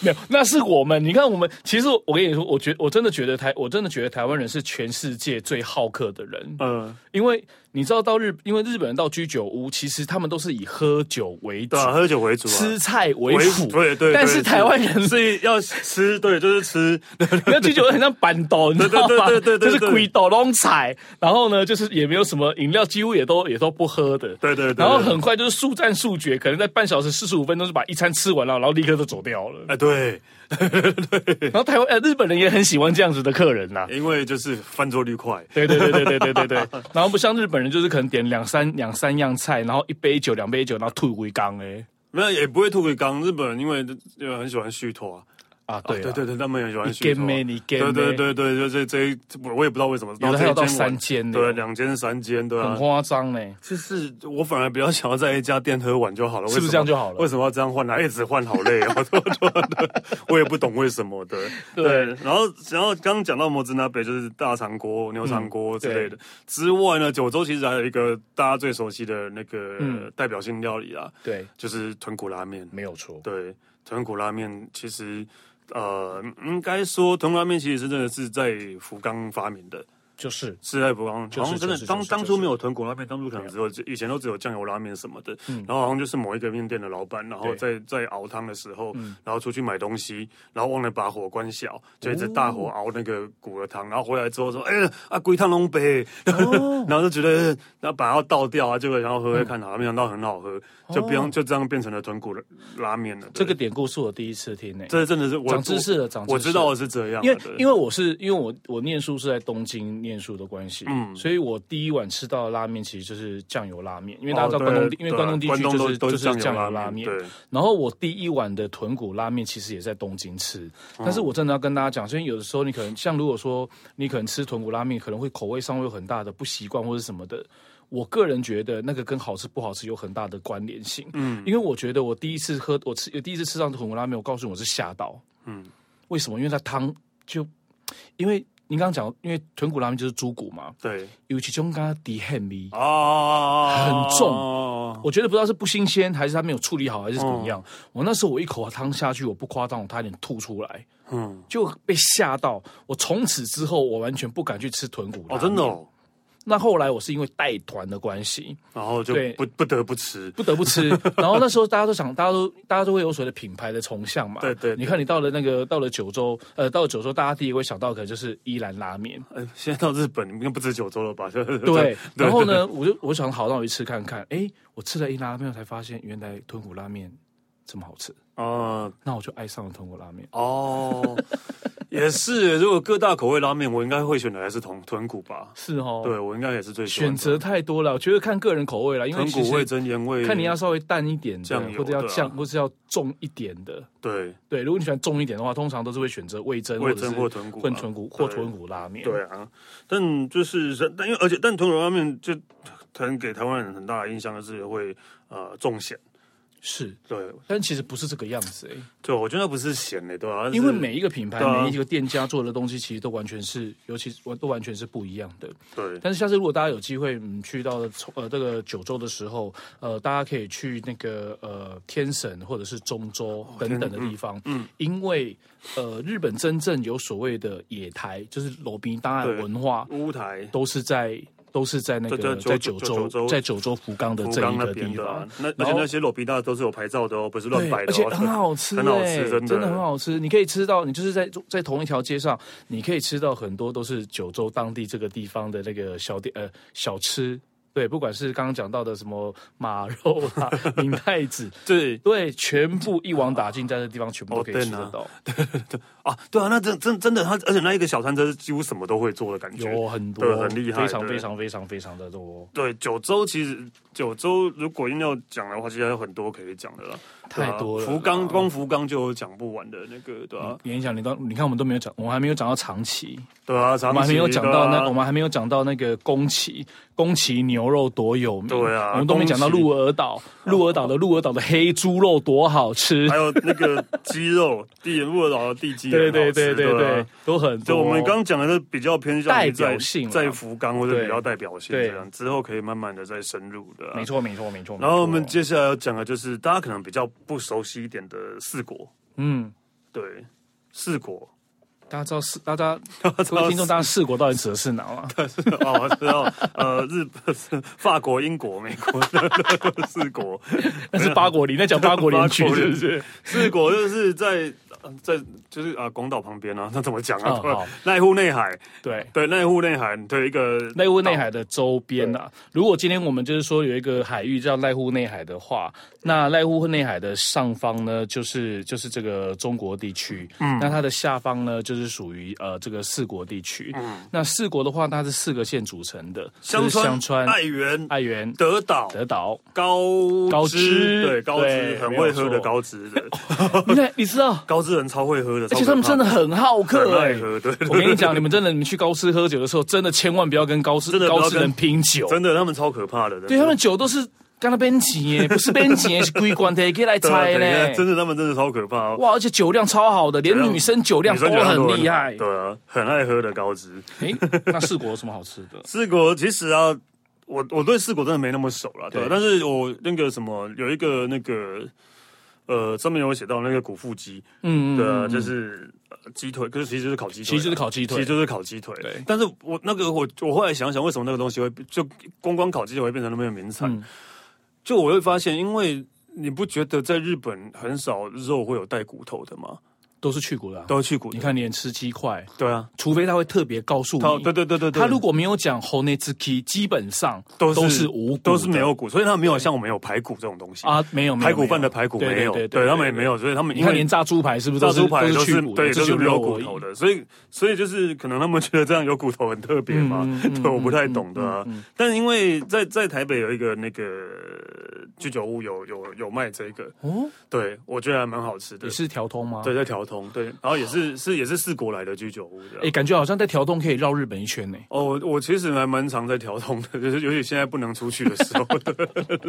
Speaker 2: 没有，那是我们。你看，我们其实我跟你说，我觉我真的觉得台，我真的觉得台湾人是全世界最好客的人，
Speaker 1: 嗯，
Speaker 2: 因为你知道到日，因为日本人到居酒屋，其实他们都是以喝酒为主
Speaker 1: 对，啊，喝酒为主啊，
Speaker 2: 吃菜为
Speaker 1: 为
Speaker 2: 辅，
Speaker 1: 对对，
Speaker 2: 但
Speaker 1: 对
Speaker 2: 是台湾人
Speaker 1: 是
Speaker 2: 是，
Speaker 1: 要吃，对，就是吃，
Speaker 2: 那居酒屋很像板斗，你知道吗？
Speaker 1: 对对对对对
Speaker 2: 就是
Speaker 1: 对
Speaker 2: 鬼斗弄菜，然后呢，就是也没有什么饮料，几乎也都也都不喝的。
Speaker 1: 对对对，
Speaker 2: 然后很快就是速战速决，可能在半小时四十五分钟就把一餐吃完了，然后立刻就走掉了。
Speaker 1: 哎对，
Speaker 2: 然后台湾呃日本人也很喜欢这样子的客人呐、
Speaker 1: 因为就是翻桌率快，
Speaker 2: 对对对对对对对 对，然后不像日本人，就是可能点两三两三样菜，然后一杯酒两杯酒，然后吐回缸哎
Speaker 1: 没有也不会吐给缸。日本人因为因为很喜欢续托啊。
Speaker 2: 啊，对啊
Speaker 1: 对对对，他们也喜欢
Speaker 2: 你
Speaker 1: 续托
Speaker 2: game 妹你 game 妹
Speaker 1: 对对对对，就是这一，我也不知道为什么，
Speaker 2: 有的还有到
Speaker 1: 这一间
Speaker 2: 三间呢
Speaker 1: 对，两间三间，对
Speaker 2: 很
Speaker 1: 啊。
Speaker 2: 夸张呢。
Speaker 1: 就是我反而比较想要在一家店喝完就好了，
Speaker 2: 是
Speaker 1: 为什
Speaker 2: 不是
Speaker 1: 么
Speaker 2: 这样就好了
Speaker 1: 为什么要这样换呢？啊一直换好累 哦，对对对我也不懂为什么对对。然后然后刚刚讲到摩兹那北就是大肠锅、牛肠锅之类的之外呢，九州其实还有一个大家最熟悉的那个
Speaker 2: 嗯
Speaker 1: 呃代表性料理啊，
Speaker 2: 对，
Speaker 1: 就是豚骨拉面。
Speaker 2: 没有错。
Speaker 1: 对，豚骨拉面其实，呃，应该说豚骨拉面其实是真的是在福冈发明的，
Speaker 2: 就是
Speaker 1: 是在福冈，
Speaker 2: 就是
Speaker 1: 好像真
Speaker 2: 就
Speaker 1: 的
Speaker 2: 是
Speaker 1: 当
Speaker 2: 就是
Speaker 1: 当
Speaker 2: 就
Speaker 1: 初
Speaker 2: 是
Speaker 1: 没有豚骨拉面，当初可能只
Speaker 2: 啊
Speaker 1: 有以前都只有酱油拉面什么的，
Speaker 2: 嗯
Speaker 1: 然后好像就是某一个面店的老板，然后在在熬汤的时候，
Speaker 2: 嗯
Speaker 1: 然后出去买东西，然后忘了把火关小，就一直大
Speaker 2: 哦
Speaker 1: 火熬那个骨的汤，然后回来之后说，哎、啊，龟汤龙杯，
Speaker 2: 哦
Speaker 1: 然后就觉得然后把它倒掉啊，结果然后喝喝
Speaker 2: 嗯
Speaker 1: 看，好像没想到很好喝，就不用就这样变成了豚骨拉面了。对
Speaker 2: 哦这个典故是我第一次听呢。
Speaker 1: 这真的是我
Speaker 2: 长知识了长知识
Speaker 1: 我知道的是这样啊，
Speaker 2: 因为
Speaker 1: 对
Speaker 2: 因为我是因为我我念书是在东京念书的关系，
Speaker 1: 嗯
Speaker 2: 所以我第一碗吃到的拉面其实就是酱油拉面，因为大家知道
Speaker 1: 哦
Speaker 2: 关东地
Speaker 1: 对，
Speaker 2: 因为关东地
Speaker 1: 关
Speaker 2: 区
Speaker 1: 东
Speaker 2: 就
Speaker 1: 都
Speaker 2: 是
Speaker 1: 都
Speaker 2: 就是酱油
Speaker 1: 油
Speaker 2: 拉面
Speaker 1: 面，，对，
Speaker 2: 然后我第一碗的豚骨拉面其实也在东京吃，但是我真的要跟大家讲，所以有的时候你可能像如果说你可能吃豚骨拉面，可能会口味上会有很大的不习惯或者什么的。我个人觉得那个跟好吃不好吃有很大的关联性，嗯，因为我觉得我第一次喝我吃我第一次吃上豚骨拉面，我告诉你我是吓到，
Speaker 1: 嗯
Speaker 2: 嗯，为什么？因为它汤就因为您刚刚讲，因为豚骨拉面就是猪骨嘛，
Speaker 1: 对，
Speaker 2: 尤其中刚底很味，
Speaker 1: 哦，
Speaker 2: 很我觉得不知道是不新鲜，还是他没有处理好，还是怎
Speaker 1: 嗯
Speaker 2: 么样。我那时候我一口汤下去，我不夸张，我差点吐出来，
Speaker 1: 嗯，
Speaker 2: 就被吓到。我从此之后，我完全不敢去吃豚骨
Speaker 1: 哦，
Speaker 2: 拉
Speaker 1: 真的
Speaker 2: 面
Speaker 1: 哦，
Speaker 2: 那后来我是因为带团的关系，
Speaker 1: 然后就
Speaker 2: 对
Speaker 1: 不不得不吃，
Speaker 2: 不得 不吃。然后那时候大家都想，大家都大家都会有所谓的品牌的崇尚嘛。
Speaker 1: 对对对
Speaker 2: 你看你到了那个到了九州，呃，到了九州，大家第一个会想到可能就是伊兰拉面。
Speaker 1: 哎，现在到日本，你们不止九州了吧？ 对
Speaker 2: 对，然后？呢，我就我想好，那我去吃看看。诶，我吃了伊兰拉面，我才发现原来豚骨拉面这么好吃。
Speaker 1: 啊、
Speaker 2: 那我就爱上了豚骨拉面。
Speaker 1: 哦，也是。如果各大口味拉面，我应该会选的还是豚豚骨吧。
Speaker 2: 是哦，
Speaker 1: 对，我应该也是最喜欢
Speaker 2: 选
Speaker 1: 的
Speaker 2: 择太多了，我觉得看个人口味了，因为
Speaker 1: 豚
Speaker 2: 其
Speaker 1: 骨味、
Speaker 2: 实
Speaker 1: 真盐味，
Speaker 2: 看你要稍微淡一点的
Speaker 1: 酱，油
Speaker 2: 或者要酱，
Speaker 1: 对啊
Speaker 2: 或是要重一点的。
Speaker 1: 对
Speaker 2: 对，如果你喜欢重一点的话，通常都是会选择味增
Speaker 1: 味增
Speaker 2: 或
Speaker 1: 或
Speaker 2: 者
Speaker 1: 豚骨吧
Speaker 2: 是混豚骨或
Speaker 1: 对
Speaker 2: 豚骨拉面。
Speaker 1: 对啊。但就是但因为而且但豚骨拉面就很给台湾人很大的印象就是会呃重咸。
Speaker 2: 是，
Speaker 1: 对，
Speaker 2: 但其实不是这个样子诶，
Speaker 1: 对我觉得那不是咸的，对吧、
Speaker 2: 因为每一个品牌、
Speaker 1: 对啊
Speaker 2: 每一个店家做的东西，其实都完全是，尤其是都完全是不一样的。
Speaker 1: 对
Speaker 2: 但是下次如果大家有机会，嗯，去到呃这个九州的时候，呃，大家可以去那个呃天神或者是中
Speaker 1: 哦
Speaker 2: 州等等的地方，嗯，因为呃日本真正有所谓的野台，就是罗宾当然
Speaker 1: 对
Speaker 2: 文化
Speaker 1: 乌台
Speaker 2: 都是在都是在那个
Speaker 1: 在在
Speaker 2: 在
Speaker 1: 九
Speaker 2: 九
Speaker 1: 九州
Speaker 2: 州在九州福冈的
Speaker 1: 福
Speaker 2: 这
Speaker 1: 冈
Speaker 2: 一
Speaker 1: 那
Speaker 2: 个
Speaker 1: 边
Speaker 2: 地
Speaker 1: 的、啊
Speaker 2: 方。，
Speaker 1: 那而
Speaker 2: 然
Speaker 1: 且
Speaker 2: 后
Speaker 1: 那些裸皮大都是有牌照的哦，不是乱
Speaker 2: 对，
Speaker 1: 摆的、哦，
Speaker 2: 而且很好吃、欸，
Speaker 1: 很好吃，真的
Speaker 2: 很好吃。你可以吃到，你就是在在同一条街上，你可以吃到很多都是九州当地这个地方的那个小店呃小吃。对，不管是刚刚讲到的什么马肉 啦、明太子，
Speaker 1: 对
Speaker 2: 对，全部一网打尽，在这地方全部都
Speaker 1: 哦
Speaker 2: 可以吃得到，
Speaker 1: 啊，对啊，那真真真的，他而且那一个小餐车几乎什么都会做的感觉，
Speaker 2: 有很
Speaker 1: 对
Speaker 2: 多，
Speaker 1: 很厉害
Speaker 2: 非常
Speaker 1: 对
Speaker 2: 非常非常非常的多，
Speaker 1: 对，九州其实九州如果硬要讲的话，其实还有很多可以讲的啦，对啊
Speaker 2: 太多了啦。嗯
Speaker 1: 福冈光福冈就有讲不完的那个，对啊，
Speaker 2: 演讲，你刚你看我们都没有讲，我们还没有讲到长崎，
Speaker 1: 对啊，长
Speaker 2: 我们还没有讲
Speaker 1: 崎
Speaker 2: 到
Speaker 1: 对啊
Speaker 2: 那，我们还没有讲到那个宫崎，宫崎牛肉多有名，
Speaker 1: 对啊
Speaker 2: 我们都没讲到
Speaker 1: 宫崎哎
Speaker 2: 鹿儿岛，鹿儿岛的鹿儿岛的黑猪肉多好吃
Speaker 1: 还，有那个鸡肉， 地鹿儿岛的地鸡也
Speaker 2: 对
Speaker 1: 很
Speaker 2: 对
Speaker 1: 好
Speaker 2: 对
Speaker 1: 吃，
Speaker 2: 对
Speaker 1: 对
Speaker 2: 对
Speaker 1: 啊。，
Speaker 2: 都很多。
Speaker 1: 就我们刚刚讲的都比较偏向于在
Speaker 2: 代表性啦
Speaker 1: 在福冈或者
Speaker 2: 对
Speaker 1: 比较代表性
Speaker 2: 对
Speaker 1: 这样，之后可以慢慢的再深入的、啊
Speaker 2: 没。错没错没错，
Speaker 1: 然后我们
Speaker 2: 没错
Speaker 1: 接下来要讲的就是大家可能比较不熟悉一点的四国，
Speaker 2: 嗯，
Speaker 1: 对，四国，
Speaker 2: 大家知道四，大家各位听众，大家四国到底指的是哪吗？
Speaker 1: 哦，知道，呃，日 本、法国、英国、美国的四国，
Speaker 2: 那是八国联，那讲八国联
Speaker 1: 八
Speaker 2: 军
Speaker 1: 国
Speaker 2: 是
Speaker 1: 联
Speaker 2: 不是？
Speaker 1: 四国就是在呃在就是啊，广岛旁边啊，那怎么讲
Speaker 2: 哦
Speaker 1: 啊
Speaker 2: 好？
Speaker 1: 濑户内海，
Speaker 2: 对。
Speaker 1: 对，濑户内海，对一个
Speaker 2: 濑户内海的周边啊，如果今天我们就是说有一个海域叫濑户内海的话，那濑户内海的上方呢，就是就是这个中国地区，嗯，那它的下方呢，就是属于呃这个四国地区，嗯，那四国的话，它是四个县组成的，
Speaker 1: 香
Speaker 2: 就是
Speaker 1: 川、
Speaker 2: 香川、
Speaker 1: 爱媛、
Speaker 2: 爱媛、
Speaker 1: 德岛、
Speaker 2: 德岛。
Speaker 1: 高
Speaker 2: 高
Speaker 1: 知，
Speaker 2: 知
Speaker 1: 对高知
Speaker 2: 对
Speaker 1: 很会喝
Speaker 2: 没
Speaker 1: 的
Speaker 2: 有错
Speaker 1: 高知的，
Speaker 2: 你看，你知道，
Speaker 1: 高知人超会喝的，
Speaker 2: 而且他们真的很好
Speaker 1: 很
Speaker 2: 客哎、
Speaker 1: 爱喝，对，
Speaker 2: 我跟你讲，你们真的，你们去高知喝酒的时候，真的千万不要跟高知
Speaker 1: 真的不要
Speaker 2: 高知人
Speaker 1: 跟
Speaker 2: 拼酒，
Speaker 1: 真的他们超可怕的，真的
Speaker 2: 对他们酒都是干了边钱耶，不是边钱，是归管的，可以来
Speaker 1: 对啊
Speaker 2: 猜
Speaker 1: 对啊
Speaker 2: 嘞。
Speaker 1: 真的他们真的超可怕哦。
Speaker 2: 哇，而且酒量超好的，连女生酒量
Speaker 1: 女
Speaker 2: 都
Speaker 1: 生觉得他们
Speaker 2: 很厉害。
Speaker 1: 对啊，很爱喝的高知。
Speaker 2: 诶，那四国有什么好吃的？
Speaker 1: 四国其实啊，我我对四国真的没那么熟了，对啊
Speaker 2: 对
Speaker 1: 但是我那个什么有一个那个呃，上面有写到那个古腹鸡，
Speaker 2: 嗯，
Speaker 1: 对啊，就是呃鸡腿，可是其实就是烤鸡腿啊，
Speaker 2: 其实就是烤鸡
Speaker 1: 其
Speaker 2: 腿
Speaker 1: 实。就是烤鸡腿。
Speaker 2: 对
Speaker 1: 但是我那个我我后来想想，为什么那个东西会就光光烤鸡腿会变成那么有名产？
Speaker 2: 嗯
Speaker 1: 就我会发现，因为你不觉得在日本很少肉会有带骨头的吗？
Speaker 2: 都是去骨的啊、
Speaker 1: 都去骨的
Speaker 2: 你看，连吃鸡块，
Speaker 1: 对啊，
Speaker 2: 除非他会特别告诉
Speaker 1: 他
Speaker 2: 你，
Speaker 1: 对对对对对，
Speaker 2: 他如果没有讲 h o n e t z k i 基本上
Speaker 1: 都是
Speaker 2: 无骨的
Speaker 1: 都是没有骨，所以他们没有像我们有排骨这种东西
Speaker 2: 啊，没有没有
Speaker 1: 排骨饭的排骨没有，
Speaker 2: 对
Speaker 1: 对他们也没。有，所以他们
Speaker 2: 你
Speaker 1: 因
Speaker 2: 看，
Speaker 1: 为
Speaker 2: 连炸猪排是不是
Speaker 1: 炸
Speaker 2: 都是
Speaker 1: 猪排
Speaker 2: 都
Speaker 1: 都
Speaker 2: 去
Speaker 1: 是
Speaker 2: 骨的，
Speaker 1: 对
Speaker 2: 只
Speaker 1: 都是
Speaker 2: 有
Speaker 1: 没有骨
Speaker 2: 而已
Speaker 1: 头。的，所以所以就是可能他们觉得这样有骨头很特别嘛
Speaker 2: 嗯，嗯
Speaker 1: 对，我不太懂的啊。但因为在在台北有一个那个居酒屋有有有卖这个，
Speaker 2: 哦，
Speaker 1: 对我觉得还蛮好吃的
Speaker 2: 也。是调通吗？
Speaker 1: 对，，在调通，对，然后也是是也是四国来的居酒屋的。
Speaker 2: 哎，感觉好像在调通可以绕日本一圈呢。
Speaker 1: 哦，我我其实还蛮常在调通的，就是尤其现在不能出去的时候，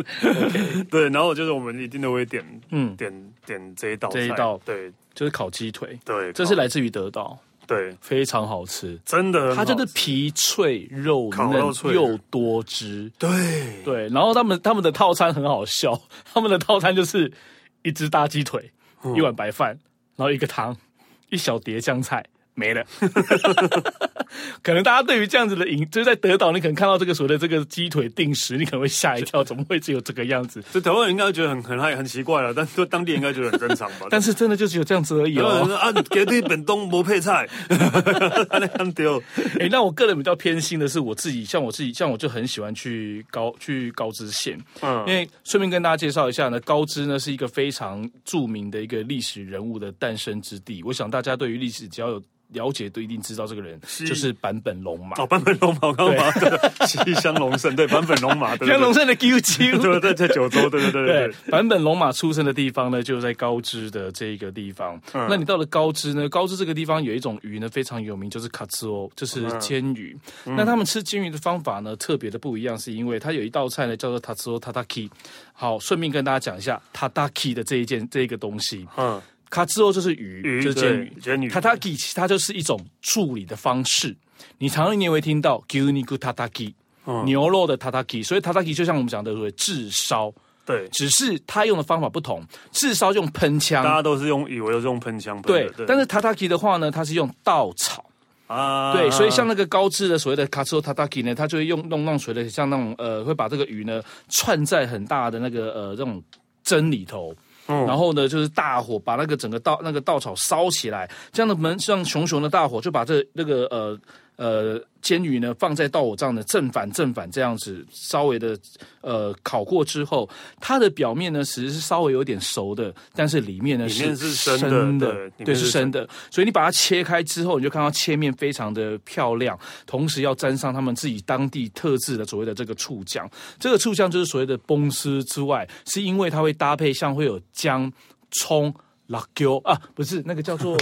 Speaker 1: 对，然后就是我们一定都会点，
Speaker 2: 嗯
Speaker 1: 嗯，点点这一道菜，
Speaker 2: 这一道
Speaker 1: 对
Speaker 2: 就是烤鸡腿，
Speaker 1: 对，
Speaker 2: 这是来自于德岛，
Speaker 1: 对，
Speaker 2: 非常好吃。
Speaker 1: 真的很
Speaker 2: 它
Speaker 1: 好
Speaker 2: 就是皮脆肉
Speaker 1: 烤
Speaker 2: 嫩
Speaker 1: 肉脆
Speaker 2: 又多汁，
Speaker 1: 对
Speaker 2: 对。然后他们他们的套餐很好笑， 他们的套餐就是一只大鸡腿，
Speaker 1: 嗯
Speaker 2: 一碗白饭，然后一个汤，一小碟酱菜。没了， 可能大家对于这样子的饮，就是在德岛，你可能看到这个所谓的这个鸡腿定时，你可能会吓一跳，怎么会只有这个样子？
Speaker 1: 这台湾人应该觉得很很害很奇怪了，但是当地人应该觉得很正常吧
Speaker 2: 。但是真的就只有这样子而已
Speaker 1: 有人
Speaker 2: 哦。
Speaker 1: 说啊，给你本东不配 菜，那样丢。
Speaker 2: 诶，那我个人比较偏心的是我自己，像我自己，像我就很喜欢去高去高知县，因
Speaker 1: 嗯，
Speaker 2: 为顺便跟大家介绍一下呢，高知呢是一个非常著名的一个历史人物的诞生之地。我想大家对于历史只要有了解，都一定知道这个人就是坂本龙马。
Speaker 1: 哦，版本龙马，我刚刚把对，西乡龙胜，对，版本龙马，对对对
Speaker 2: 像龙胜的 QQ，
Speaker 1: 对对，在九州，对对对对
Speaker 2: 对
Speaker 1: 对，，
Speaker 2: 坂本龙马出生的地方呢，就在高知的这个地方。
Speaker 1: 嗯
Speaker 2: 那你到了高知呢，高知这个地方有一种鱼呢非常有名，
Speaker 1: 嗯
Speaker 2: 就是卡兹欧，就是煎鱼。那他们吃煎鱼的方法呢，特别的不一样，是因为它有一道菜呢叫做塔兹哦欧塔塔 k 好，顺便跟大家讲一下塔塔 k 的这一件这一个东西。
Speaker 1: 嗯，
Speaker 2: 卡兹欧哦就是鱼，
Speaker 1: 鱼
Speaker 2: 就是煎鱼
Speaker 1: 对。煎鱼
Speaker 2: t a t a k i 它就是一种处理的方式。你常常你也会听到 g i n i k u t a t a k i
Speaker 1: 嗯
Speaker 2: 牛肉的 t a t a k i 所以 t a t a k i 就像我们讲的所谓炙烧，
Speaker 1: 对，
Speaker 2: 只是他用的方法不同，炙烧用喷
Speaker 1: 大
Speaker 2: 枪，
Speaker 1: 家都是用以为都是用喷枪喷
Speaker 2: 对
Speaker 1: 的，，对，
Speaker 2: 但是 tataki 的话呢，它是用稻草，
Speaker 1: 啊，
Speaker 2: 对，所以像那个高知的所谓的 k a t s o tataki 呢，它就会用弄弄所谓的像那种呃，会把这个鱼呢串在很大的那个呃这种针里头。
Speaker 1: 嗯
Speaker 2: 然后呢，就是大火把那个整个稻那个稻草烧起来，这样的门像熊熊的大火就把这那个呃呃煎鱼呢放在稻火上的正反正反这样子稍微的呃烤过之后，它的表面呢其实是稍微有点熟的，但是里面呢
Speaker 1: 里面是
Speaker 2: 生
Speaker 1: 生的对里
Speaker 2: 对
Speaker 1: 面
Speaker 2: 是
Speaker 1: 是
Speaker 2: 生的，所以你把它切开之后，你就看到切面非常的漂亮，同时要沾上他们自己当地特制的所谓的这个醋酱，这个醋酱就是所谓的崩丝之外，是因为它会搭配像会有姜、葱、辣椒啊，不是那个叫做。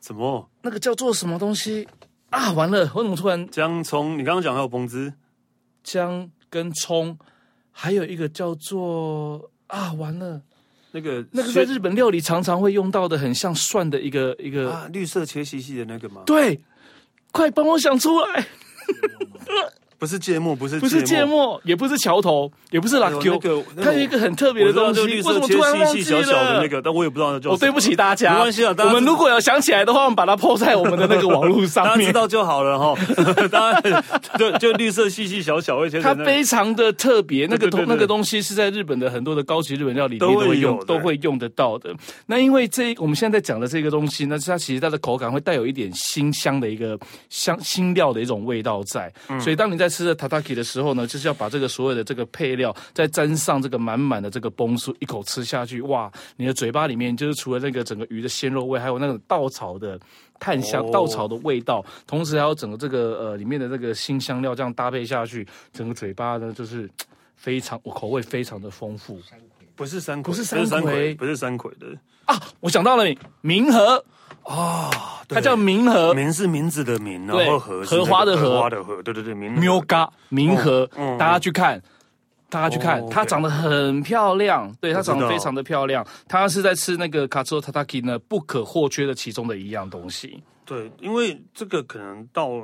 Speaker 1: 什么
Speaker 2: 那个叫做什么东西啊？完了，我怎么突然
Speaker 1: 姜葱？你刚刚讲还有崩汁，
Speaker 2: 姜跟葱，还有一个叫做啊，完了，
Speaker 1: 那个
Speaker 2: 那个在日本料理常常会用到的，很像蒜的一个一个，
Speaker 1: 啊，绿色切细细的那个吗？
Speaker 2: 对，快帮我想出来，
Speaker 1: 不是芥末，不是
Speaker 2: 不是芥
Speaker 1: 末，
Speaker 2: 末，也不是桥头，也不是辣
Speaker 1: 有
Speaker 2: 椒
Speaker 1: 那，个那个
Speaker 2: 它有一个很特别的
Speaker 1: 我知道
Speaker 2: 东西，
Speaker 1: 就绿
Speaker 2: 为什
Speaker 1: 色
Speaker 2: 么
Speaker 1: 切
Speaker 2: 突然
Speaker 1: 细
Speaker 2: 忘
Speaker 1: 细
Speaker 2: 记
Speaker 1: 小小的
Speaker 2: 了
Speaker 1: 那？个，但我也不知道那叫。
Speaker 2: 哦，对不起，大家，
Speaker 1: 没关系啊大
Speaker 2: 我
Speaker 1: 家
Speaker 2: 们如果有想起来的话，我们把它 PO 在我们的那个网络
Speaker 1: 大
Speaker 2: 上
Speaker 1: 家
Speaker 2: 面
Speaker 1: 知。道就好了哈。 大家就就绿色细细小小，会切
Speaker 2: 它
Speaker 1: 成那个
Speaker 2: 非常的特别，那
Speaker 1: 对
Speaker 2: 个
Speaker 1: 对对
Speaker 2: 东
Speaker 1: 对
Speaker 2: 那个东西是在日本的很多的高级日本料理里面
Speaker 1: 都会
Speaker 2: 会用
Speaker 1: 有的
Speaker 2: 都会用得到的。那因为这我们现在在讲的这个东西呢，它其实它的口感会带有一点辛香的一个香辛料的一种味道在，
Speaker 1: 嗯
Speaker 2: 所以当你在吃的 tataki 的时候呢，就是要把这个所有的这个配料再沾上这个满满的这个崩酥，一口吃下去，哇，你的嘴巴里面就是除了那个整个鱼的鲜肉味，还有那种稻草的。炭香、
Speaker 1: 哦
Speaker 2: 稻草的味道，同时还有整个这个呃里面的这个新香料这样搭配下去，整个嘴巴呢就是嘖非常我口味非常的丰富
Speaker 1: 不是山葵，
Speaker 2: 不是山
Speaker 1: 不是山
Speaker 2: 葵
Speaker 1: 葵，不是山葵的
Speaker 2: 啊！我想到了明和，
Speaker 1: 啊，对
Speaker 2: 它叫明和
Speaker 1: 名是名字的名，
Speaker 2: 对
Speaker 1: 然后荷是
Speaker 2: 荷花的
Speaker 1: 那个
Speaker 2: 荷
Speaker 1: 荷花的荷，对对对，名
Speaker 2: m i 明和
Speaker 1: 嗯，嗯
Speaker 2: 大家去看。大家去看
Speaker 1: 哦，
Speaker 2: 它
Speaker 1: OK
Speaker 2: 长得很漂亮，对，它
Speaker 1: 我知道
Speaker 2: 长得非常的漂亮。它是在吃那个卡兹 t a k i 呢不可或缺的其中的一样东西。
Speaker 1: 对，因为这个可能到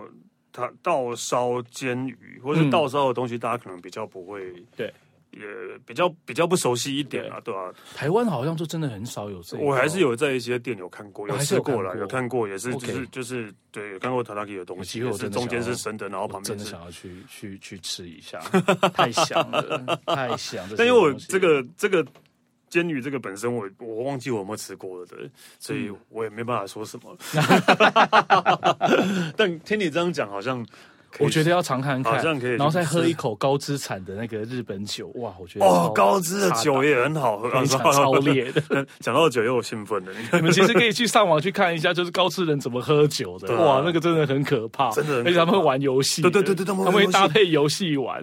Speaker 1: 它到烧煎鱼或
Speaker 2: 嗯
Speaker 1: 是到烧的东西，大家可能比较不会，
Speaker 2: 对，
Speaker 1: 也比较比较不熟悉一点啊，对吧、
Speaker 2: 台湾好像就真的很少有这一道，
Speaker 1: 我还是有在一些店有看过，
Speaker 2: 我
Speaker 1: 有
Speaker 2: 哦还是有
Speaker 1: 吃过
Speaker 2: 看
Speaker 1: 了，
Speaker 2: 过
Speaker 1: 有看过，也是就
Speaker 2: OK
Speaker 1: 是就是对，有看过塔塔 k 的东西，
Speaker 2: 有机会
Speaker 1: 也
Speaker 2: 我
Speaker 1: 是
Speaker 2: 真的
Speaker 1: 中间
Speaker 2: 想要
Speaker 1: 是生的，然后
Speaker 2: 我
Speaker 1: 哦旁
Speaker 2: 真
Speaker 1: 边
Speaker 2: 的
Speaker 1: 是
Speaker 2: 想。要去 去去吃一下，太香了，太香。
Speaker 1: 但因为我这个这个煎鱼这个本身我，我忘记我有没有吃过了，对，所以
Speaker 2: 嗯
Speaker 1: 我也没办法说什 么。但听你这样讲，好像可以
Speaker 2: 我觉得要尝看看，
Speaker 1: 好像可以
Speaker 2: 然后再喝
Speaker 1: 试
Speaker 2: 一口高资产的那个日本酒，哇，我觉得
Speaker 1: 哦
Speaker 2: 超，
Speaker 1: 高知的酒也很好喝，
Speaker 2: 非常超烈的。
Speaker 1: 讲到酒又有兴奋的，你 看
Speaker 2: 你们其实可以去上网去看一下，就是高知人怎么喝酒的，
Speaker 1: 对啊
Speaker 2: 哇，那个真的很可怕，
Speaker 1: 真的很可怕
Speaker 2: 而且他们会玩游戏的，
Speaker 1: 对对对对他们会
Speaker 2: 他
Speaker 1: 玩游戏
Speaker 2: 们会搭配游戏玩，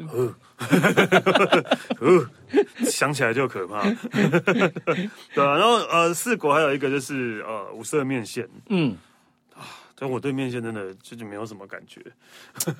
Speaker 1: 呃，想起来就可 怕。对啊，然后呃，四国还有一个就是呃五色面线，
Speaker 2: 嗯，
Speaker 1: 但我对面线真的就是没有什么感觉。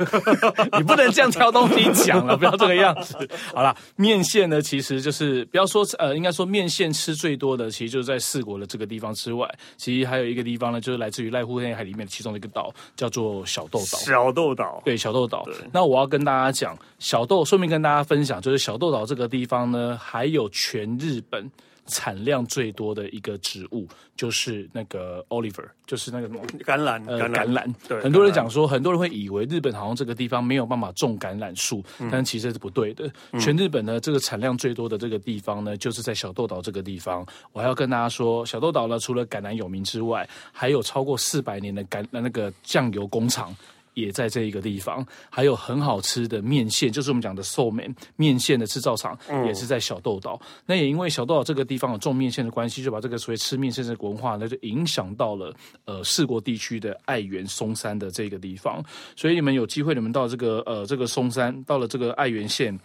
Speaker 2: 你不能这样挑东西讲了，不要这个样子。好啦，面线呢，其实就是不要说呃，应该说面线吃最多的，其实就是在四国的这个地方之外，其实还有一个地方呢，就是来自于濑户内海里面的其中的一个岛，叫做小豆岛。
Speaker 1: 小豆岛，
Speaker 2: 对小豆岛，那我要跟大家讲，小豆顺便跟大家分享，就是小豆岛这个地方呢，还有全日本产量最多的一个植物，就是那个 Oliver，就是那个什么
Speaker 1: 橄榄，
Speaker 2: 呃
Speaker 1: 橄榄，
Speaker 2: 橄榄，
Speaker 1: 对
Speaker 2: 很多
Speaker 1: 橄
Speaker 2: 人
Speaker 1: 榄
Speaker 2: 讲说，很多人会以为日本好像这个地方没有办法种橄榄树，但其实是不对的。全日本呢，这个产量最多的这个地方呢，就是在小豆岛这个地方。我还要跟大家说，小豆岛呢，除了橄榄有名之外，还有超过四百年的橄呃那个酱油工厂。也在这一个地方，还有很好吃的面线，就是我们讲的寿面面线的制造厂，
Speaker 1: 嗯
Speaker 2: 也是在小豆岛。那也因为小豆岛这个地方有种面线的关系，就把这个所谓吃面线的文化，那就影响到了呃四国地区的爱媛、松山的这个地方。所以你们有机会，你们到这个呃这个松山，到了这个爱媛县。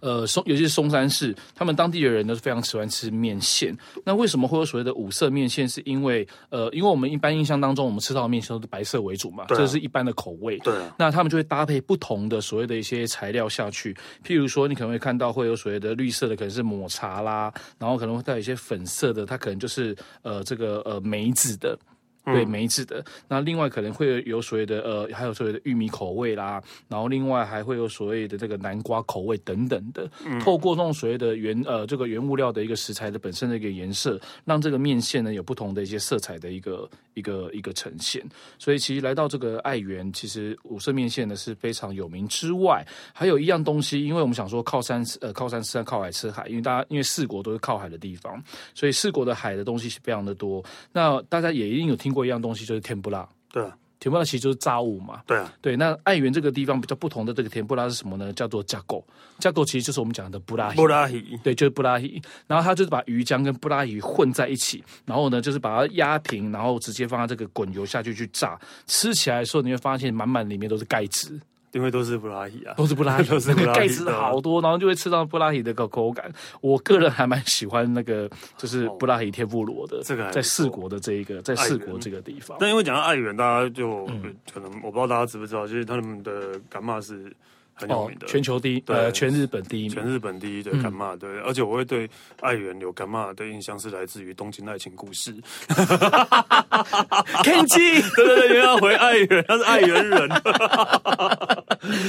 Speaker 2: 呃，松尤其是松山市，他们当地的人呢是非常喜欢吃面线。那为什么会有所谓的五色面线？是因为呃，因为我们一般印象当中，我们吃到的面线都是白色为主嘛，
Speaker 1: 对啊
Speaker 2: 这是一般的口味。
Speaker 1: 对啊，
Speaker 2: 那他们就会搭配不同的所谓的一些材料下去，譬如说你可能会看到会有所谓的绿色的，可能是抹茶啦，然后可能会带有一些粉色的，它可能就是呃这个呃梅子的。对梅子的，那另外可能会有所谓的呃，还有所谓的玉米口味啦，然后另外还会有所谓的这个南瓜口味等等的，透过这种所谓的原呃这个原物料的一个食材的本身的一个颜色，让这个面线呢有不同的一些色彩的一个一个一个呈现。所以其实来到这个爱媛，其实五色面线呢是非常有名之外，还有一样东西，因为我们想说靠山吃呃靠山吃山靠海吃海，因为大家因为四国都是靠海的地方，所以四国的海的东西是非常的多。那大家也一定有听过一样东西，就是天不辣。
Speaker 1: 对啊，
Speaker 2: 天不辣其实就是炸物嘛，
Speaker 1: 对啊，
Speaker 2: 对。那爱媛这个地方比较不同的这个甜不辣是什么呢？叫做架构，架构其实就是我们讲的布拉希
Speaker 1: 布拉希，
Speaker 2: 对，就是布拉鱼，然后他就是把鱼浆跟布拉鱼混在一起，然后呢，就是把它压平，然后直接放在这个滚油下去去炸。吃起来的时候，你会发现满满里面都是钙质，
Speaker 1: 因为都是布拉希啊，
Speaker 2: 都是布拉鱼，
Speaker 1: 都是布拉鱼
Speaker 2: 钙质好多，然后就会吃到布拉鱼的口口感。我个人还蛮喜欢那个，就是布拉鱼天妇罗的，
Speaker 1: 哦这个还不
Speaker 2: 在
Speaker 1: 错
Speaker 2: 四国的这一个，在四
Speaker 1: 哎
Speaker 2: 国这个地方。
Speaker 1: 但因为讲到爱媛，大家就、
Speaker 2: 嗯
Speaker 1: 可能我不知道大家知不知道，就是他们的干妈是很有
Speaker 2: 哦
Speaker 1: 名的，，
Speaker 2: 全球嗯第一，呃，
Speaker 1: 对
Speaker 2: 全日本第一名
Speaker 1: 全。日本第一的干妈，对，而且我会对爱媛有干妈的印象是来自于《东京爱情故事》。
Speaker 2: Kenji，
Speaker 1: 对对对，因为他回爱媛，他是爱媛人，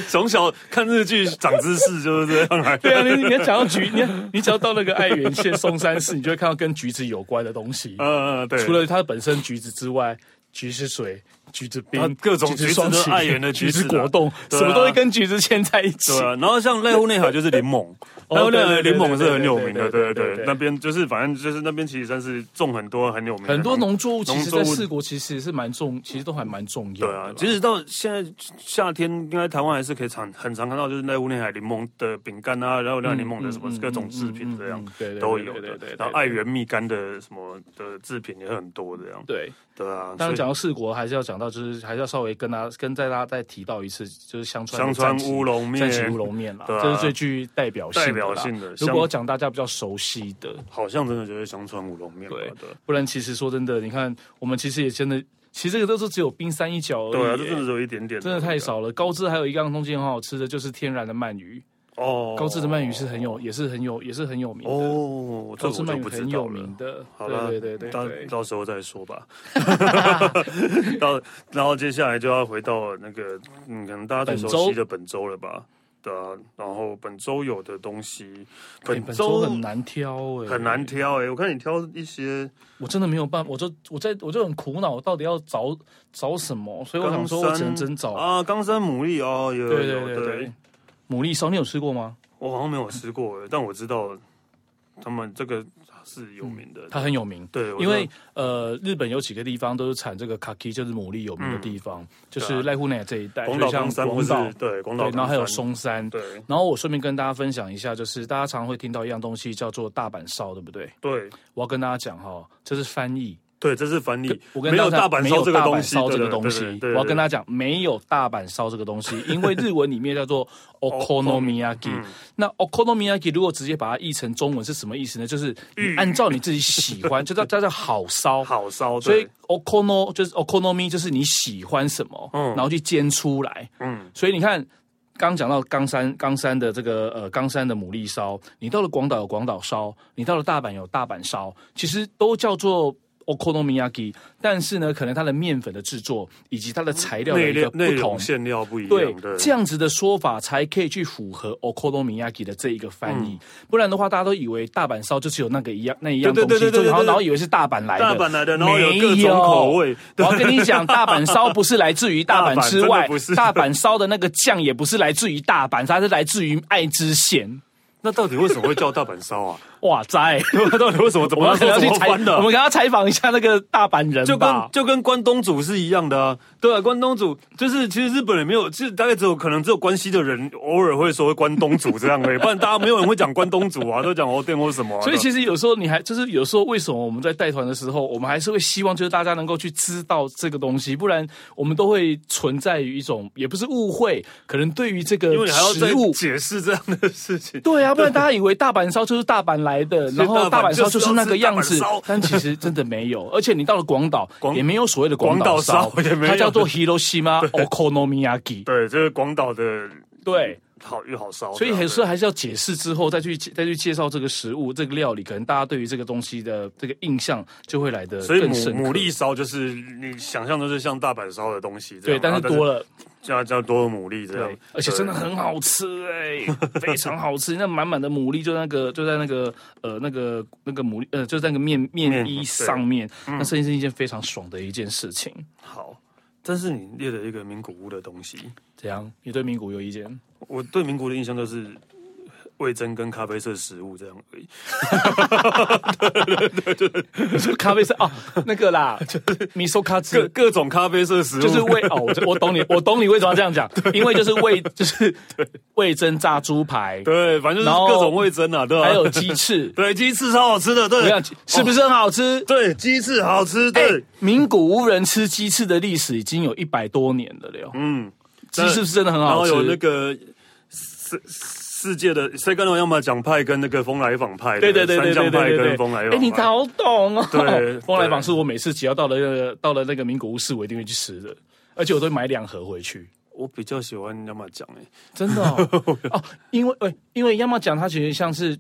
Speaker 1: 从小看日剧长知识就是这样来的。
Speaker 2: 对啊，你你要讲到橘，你你只要到那个爱媛县松山市，你就会看到跟橘子有关的东西。
Speaker 1: 嗯嗯，对，
Speaker 2: 除了它本身橘子之外，橘子水、橘子
Speaker 1: 它
Speaker 2: 冰、
Speaker 1: 各种橘子
Speaker 2: 双
Speaker 1: 都
Speaker 2: 淇淋
Speaker 1: 爱媛的橘子啊
Speaker 2: 子果冻，
Speaker 1: 对啊
Speaker 2: 什么都会跟橘子牵在一起
Speaker 1: 对。啊，然后像濑户内海就是林猛，
Speaker 2: 哦
Speaker 1: 濑户内海
Speaker 2: 对对对
Speaker 1: 林猛是很有名的，
Speaker 2: 对对对
Speaker 1: 对对
Speaker 2: 对对
Speaker 1: 对，
Speaker 2: 对
Speaker 1: 那边就是反正就是那边其实算是种很多很有名的
Speaker 2: 很多农作物其
Speaker 1: 农
Speaker 2: 实，
Speaker 1: 作
Speaker 2: 在
Speaker 1: 物
Speaker 2: 四国其实是蛮重，其实都还蛮重要
Speaker 1: 对
Speaker 2: 的
Speaker 1: 啊
Speaker 2: 啦。，
Speaker 1: 即使到现在夏天，应该台湾还是可以常很常看到，就是濑户内海柠檬的饼干啊，然后濑户内海柠檬的什么各种制品这样
Speaker 2: 嗯嗯嗯嗯对对对
Speaker 1: 都有
Speaker 2: 对对
Speaker 1: 的
Speaker 2: 对对，
Speaker 1: 然后爱媛蜜柑的什么的制品也很多这样，
Speaker 2: 对，
Speaker 1: 对啊，
Speaker 2: 当
Speaker 1: 所
Speaker 2: 然
Speaker 1: 以
Speaker 2: 讲到四国，还是要讲到，就是还是要稍微跟大家跟再大家再提到一次，就是香川
Speaker 1: 香
Speaker 2: 的
Speaker 1: 川
Speaker 2: 战旗
Speaker 1: 乌龙面
Speaker 2: 战旗乌龙面啦，
Speaker 1: 对啊
Speaker 2: 这是最具代表性的啦
Speaker 1: 代表性的
Speaker 2: 如
Speaker 1: 香
Speaker 2: 果要讲大家比较熟悉的，
Speaker 1: 好像真的就是香川乌龙面吧，
Speaker 2: 对
Speaker 1: 对
Speaker 2: 不然其实说真的，你看我们其实也真的，其实这个都是只有冰山一角而已耶。
Speaker 1: 对啊，这真的只有一点点，
Speaker 2: 真的太少了。高知还有一样东西很好吃的，就是天然的鳗鱼。
Speaker 1: 哦，
Speaker 2: 高知的鳗鱼是很有，也是很有，也是很有名的。
Speaker 1: 哦，这
Speaker 2: 高
Speaker 1: 个
Speaker 2: 知
Speaker 1: 我
Speaker 2: 鳗
Speaker 1: 就
Speaker 2: 鱼
Speaker 1: 不知
Speaker 2: 很
Speaker 1: 道
Speaker 2: 有
Speaker 1: 了
Speaker 2: 名。的，
Speaker 1: 好了，
Speaker 2: 对对对
Speaker 1: 到
Speaker 2: 对哎对。
Speaker 1: 到时候再说 吧。到，然后接下来就要回到那个，嗯，可能大家最
Speaker 2: 本
Speaker 1: 熟
Speaker 2: 周
Speaker 1: 悉的本周了吧？对啊，然后本周有的东西，本
Speaker 2: 哎本
Speaker 1: 周
Speaker 2: 周很难挑哎，
Speaker 1: 很难。挑哎、我看你挑一些，
Speaker 2: 我真的没有办法，我就我在我就很苦恼，我到底要找找什么？所以我想
Speaker 1: 冈
Speaker 2: 说，
Speaker 1: 山
Speaker 2: 我只能真找。
Speaker 1: 啊，冈山牡蛎哦，有有
Speaker 2: 哦对
Speaker 1: 有
Speaker 2: 对对对，牡蛎烧你有吃过吗？
Speaker 1: 欸我好像没有吃过哎、但我知道他们这个是有名的。
Speaker 2: 它很有名。
Speaker 1: 对，我
Speaker 2: 嗯因为
Speaker 1: 知道
Speaker 2: 呃，日本有几个地方都是产这个 kaki，就是牡蛎有名
Speaker 1: 嗯
Speaker 2: 的地方，就是濑户内这一带，
Speaker 1: 广
Speaker 2: 就
Speaker 1: 啊岛
Speaker 2: 像
Speaker 1: 冈山
Speaker 2: 广
Speaker 1: 不是
Speaker 2: 岛，
Speaker 1: 对广岛冈
Speaker 2: 对，
Speaker 1: 山，
Speaker 2: 然后还有松山。
Speaker 1: 对
Speaker 2: 然后我顺便跟大家分享一下，就是大家常会听到一样东西叫做大阪烧，对不对？
Speaker 1: 对
Speaker 2: 我要跟大家讲哈，这是翻译，
Speaker 1: 对，这是翻译，
Speaker 2: 我跟
Speaker 1: 没有
Speaker 2: 大家
Speaker 1: 大
Speaker 2: 讲
Speaker 1: 阪烧这个东西，
Speaker 2: 没有大阪烧
Speaker 1: 对
Speaker 2: 这个
Speaker 1: 对
Speaker 2: 东
Speaker 1: 对对
Speaker 2: 西，
Speaker 1: 对
Speaker 2: 我要跟大家讲，没有大阪烧这个东西，因为日文里面叫 做
Speaker 1: 哦
Speaker 2: okonomiyaki。那
Speaker 1: 嗯
Speaker 2: okonomiyaki 如果直接把它译成中文是什么意思呢？就是你按照你自己喜欢， 就叫叫做好烧。
Speaker 1: 好烧，
Speaker 2: 所以
Speaker 1: 对
Speaker 2: okono 就是 okonomi 就是你喜欢什么，然后去煎出来。
Speaker 1: 嗯，
Speaker 2: 所以你看。刚讲到冈山，冈山的这个呃，冈山的牡蛎烧，你到了广岛有广岛烧，你到了大阪有大阪烧，其实都叫做 okonomiyaki，但是呢，可能它的面粉的制作以及它的材料的
Speaker 1: 内
Speaker 2: 一个
Speaker 1: 料内
Speaker 2: 不同
Speaker 1: 容，馅料不一
Speaker 2: 对
Speaker 1: 样，对，
Speaker 2: 这样子的说法才可以去符合 okonomiyaki 的这一个翻
Speaker 1: 嗯
Speaker 2: 译，不然的话，大家都以为大阪烧就是有那个一样那一样
Speaker 1: 对对
Speaker 2: 东西
Speaker 1: 对对
Speaker 2: 做，
Speaker 1: 对
Speaker 2: 然后
Speaker 1: 对
Speaker 2: 然后以为是大阪来的，
Speaker 1: 大阪来的然后有
Speaker 2: 没
Speaker 1: 各种
Speaker 2: 有
Speaker 1: 口味
Speaker 2: 我要跟你讲，大阪烧不是来自于大阪
Speaker 1: 大阪
Speaker 2: 之
Speaker 1: 真
Speaker 2: 外
Speaker 1: 的不，是
Speaker 2: 大阪烧的那个酱也不是来自于大阪，它是来自于爱知县。
Speaker 1: 那到底为什么会叫大阪烧 啊？
Speaker 2: 哇塞！
Speaker 1: 到底为什么怎
Speaker 2: 我
Speaker 1: 么
Speaker 2: 们可
Speaker 1: 怎
Speaker 2: 能要去
Speaker 1: 么
Speaker 2: 采，
Speaker 1: 翻的
Speaker 2: 我？们可能要采访一下那个大阪人
Speaker 1: 就跟
Speaker 2: 吧。
Speaker 1: 就跟关东煮是一样的啊，对啊，关东煮就是其实日本人没有，就是大概只有可能只有关西的人偶尔会说关东煮这样 而已，不然大家没有人会讲关东煮啊，都讲欧店或什么啊、
Speaker 2: 所以
Speaker 1: 对
Speaker 2: 其实有时候你还就是有时候为什么我们在带团的时候，我们还是会希望就是大家能够去知道这个东西，不然我们都会存在于一种也不是误会，可能对于这个
Speaker 1: 因为你还要再
Speaker 2: 食物。
Speaker 1: 解释这样的事情，
Speaker 2: 对啊，不然大家以为大阪烧就是大阪来的，
Speaker 1: 以
Speaker 2: 然后大
Speaker 1: 大
Speaker 2: 阪
Speaker 1: 阪
Speaker 2: 烧就
Speaker 1: 就是是
Speaker 2: 那个样子
Speaker 1: 要吃大阪烧，
Speaker 2: 但其实真的没有。而且你到了广岛，
Speaker 1: 广
Speaker 2: 也没有所谓的广岛
Speaker 1: 广岛
Speaker 2: 烧
Speaker 1: 烧，也没有
Speaker 2: 它叫做 Hiroshima Okonomiyaki。
Speaker 1: 对，这是广岛的
Speaker 2: 对，
Speaker 1: 好又好烧，
Speaker 2: 所以有时
Speaker 1: 是
Speaker 2: 候还是要解释之后再去再去介绍这个食物、这个料理，可能大家对于这个东西的这个印象就会来的
Speaker 1: 所以
Speaker 2: 更
Speaker 1: 牡
Speaker 2: 深刻。
Speaker 1: 牡蛎烧就是你想象中是像大阪烧的东西这
Speaker 2: 对，
Speaker 1: 样，
Speaker 2: 但是多
Speaker 1: 了
Speaker 2: 了，
Speaker 1: 加加多了牡蛎这样
Speaker 2: 对，，而且真的很好吃哎、 非常好吃。那满满的牡蛎就那个就在那个呃那个那个牡蛎呃就在那个面面
Speaker 1: 面
Speaker 2: 衣
Speaker 1: 对嗯
Speaker 2: 上面，那真是一件非常爽的一件事情。
Speaker 1: 好。但是你列了一个名古屋的东西，
Speaker 2: 怎样？你对名古有意见？
Speaker 1: 我对名古屋的印象就是味噌跟咖啡色食物这样而已。
Speaker 2: 咖啡色哦，那个 啦，米寿卡
Speaker 1: 各
Speaker 2: 汁。
Speaker 1: 各种咖啡色食物，
Speaker 2: 就是味哦，我我懂你，我懂你为什么要这样讲，因为就是味就是味增炸猪排，
Speaker 1: 对，反正就
Speaker 2: 然
Speaker 1: 是
Speaker 2: 后
Speaker 1: 各种味噌啊，对吧、
Speaker 2: 还有鸡翅
Speaker 1: ，对鸡翅超好吃的，
Speaker 2: 我
Speaker 1: 对，哦
Speaker 2: 想是不是很好吃？哎
Speaker 1: 对鸡翅好吃，对，
Speaker 2: 名古屋人吃鸡翅的历史已经有一百多年了了哟，
Speaker 1: 嗯，
Speaker 2: 鸡翅是不是真的很
Speaker 1: 然
Speaker 2: 好
Speaker 1: 后
Speaker 2: 吃？
Speaker 1: 有那个世世界的塞干诺要么讲派跟那个风来坊派的，
Speaker 2: 对对对对对
Speaker 1: 三江派
Speaker 2: 对对
Speaker 1: 跟
Speaker 2: 对
Speaker 1: 风来
Speaker 2: 哎，你
Speaker 1: 坊派。
Speaker 2: 好懂哦。
Speaker 1: 对
Speaker 2: 风来坊是我每次只要到了那个到了那个名古屋市，我一定会去吃的，而且我都会买两盒回去。
Speaker 1: 我比较喜欢要么讲哎，
Speaker 2: 真的哦，哦因为、欸、因为亚麻讲它其实像是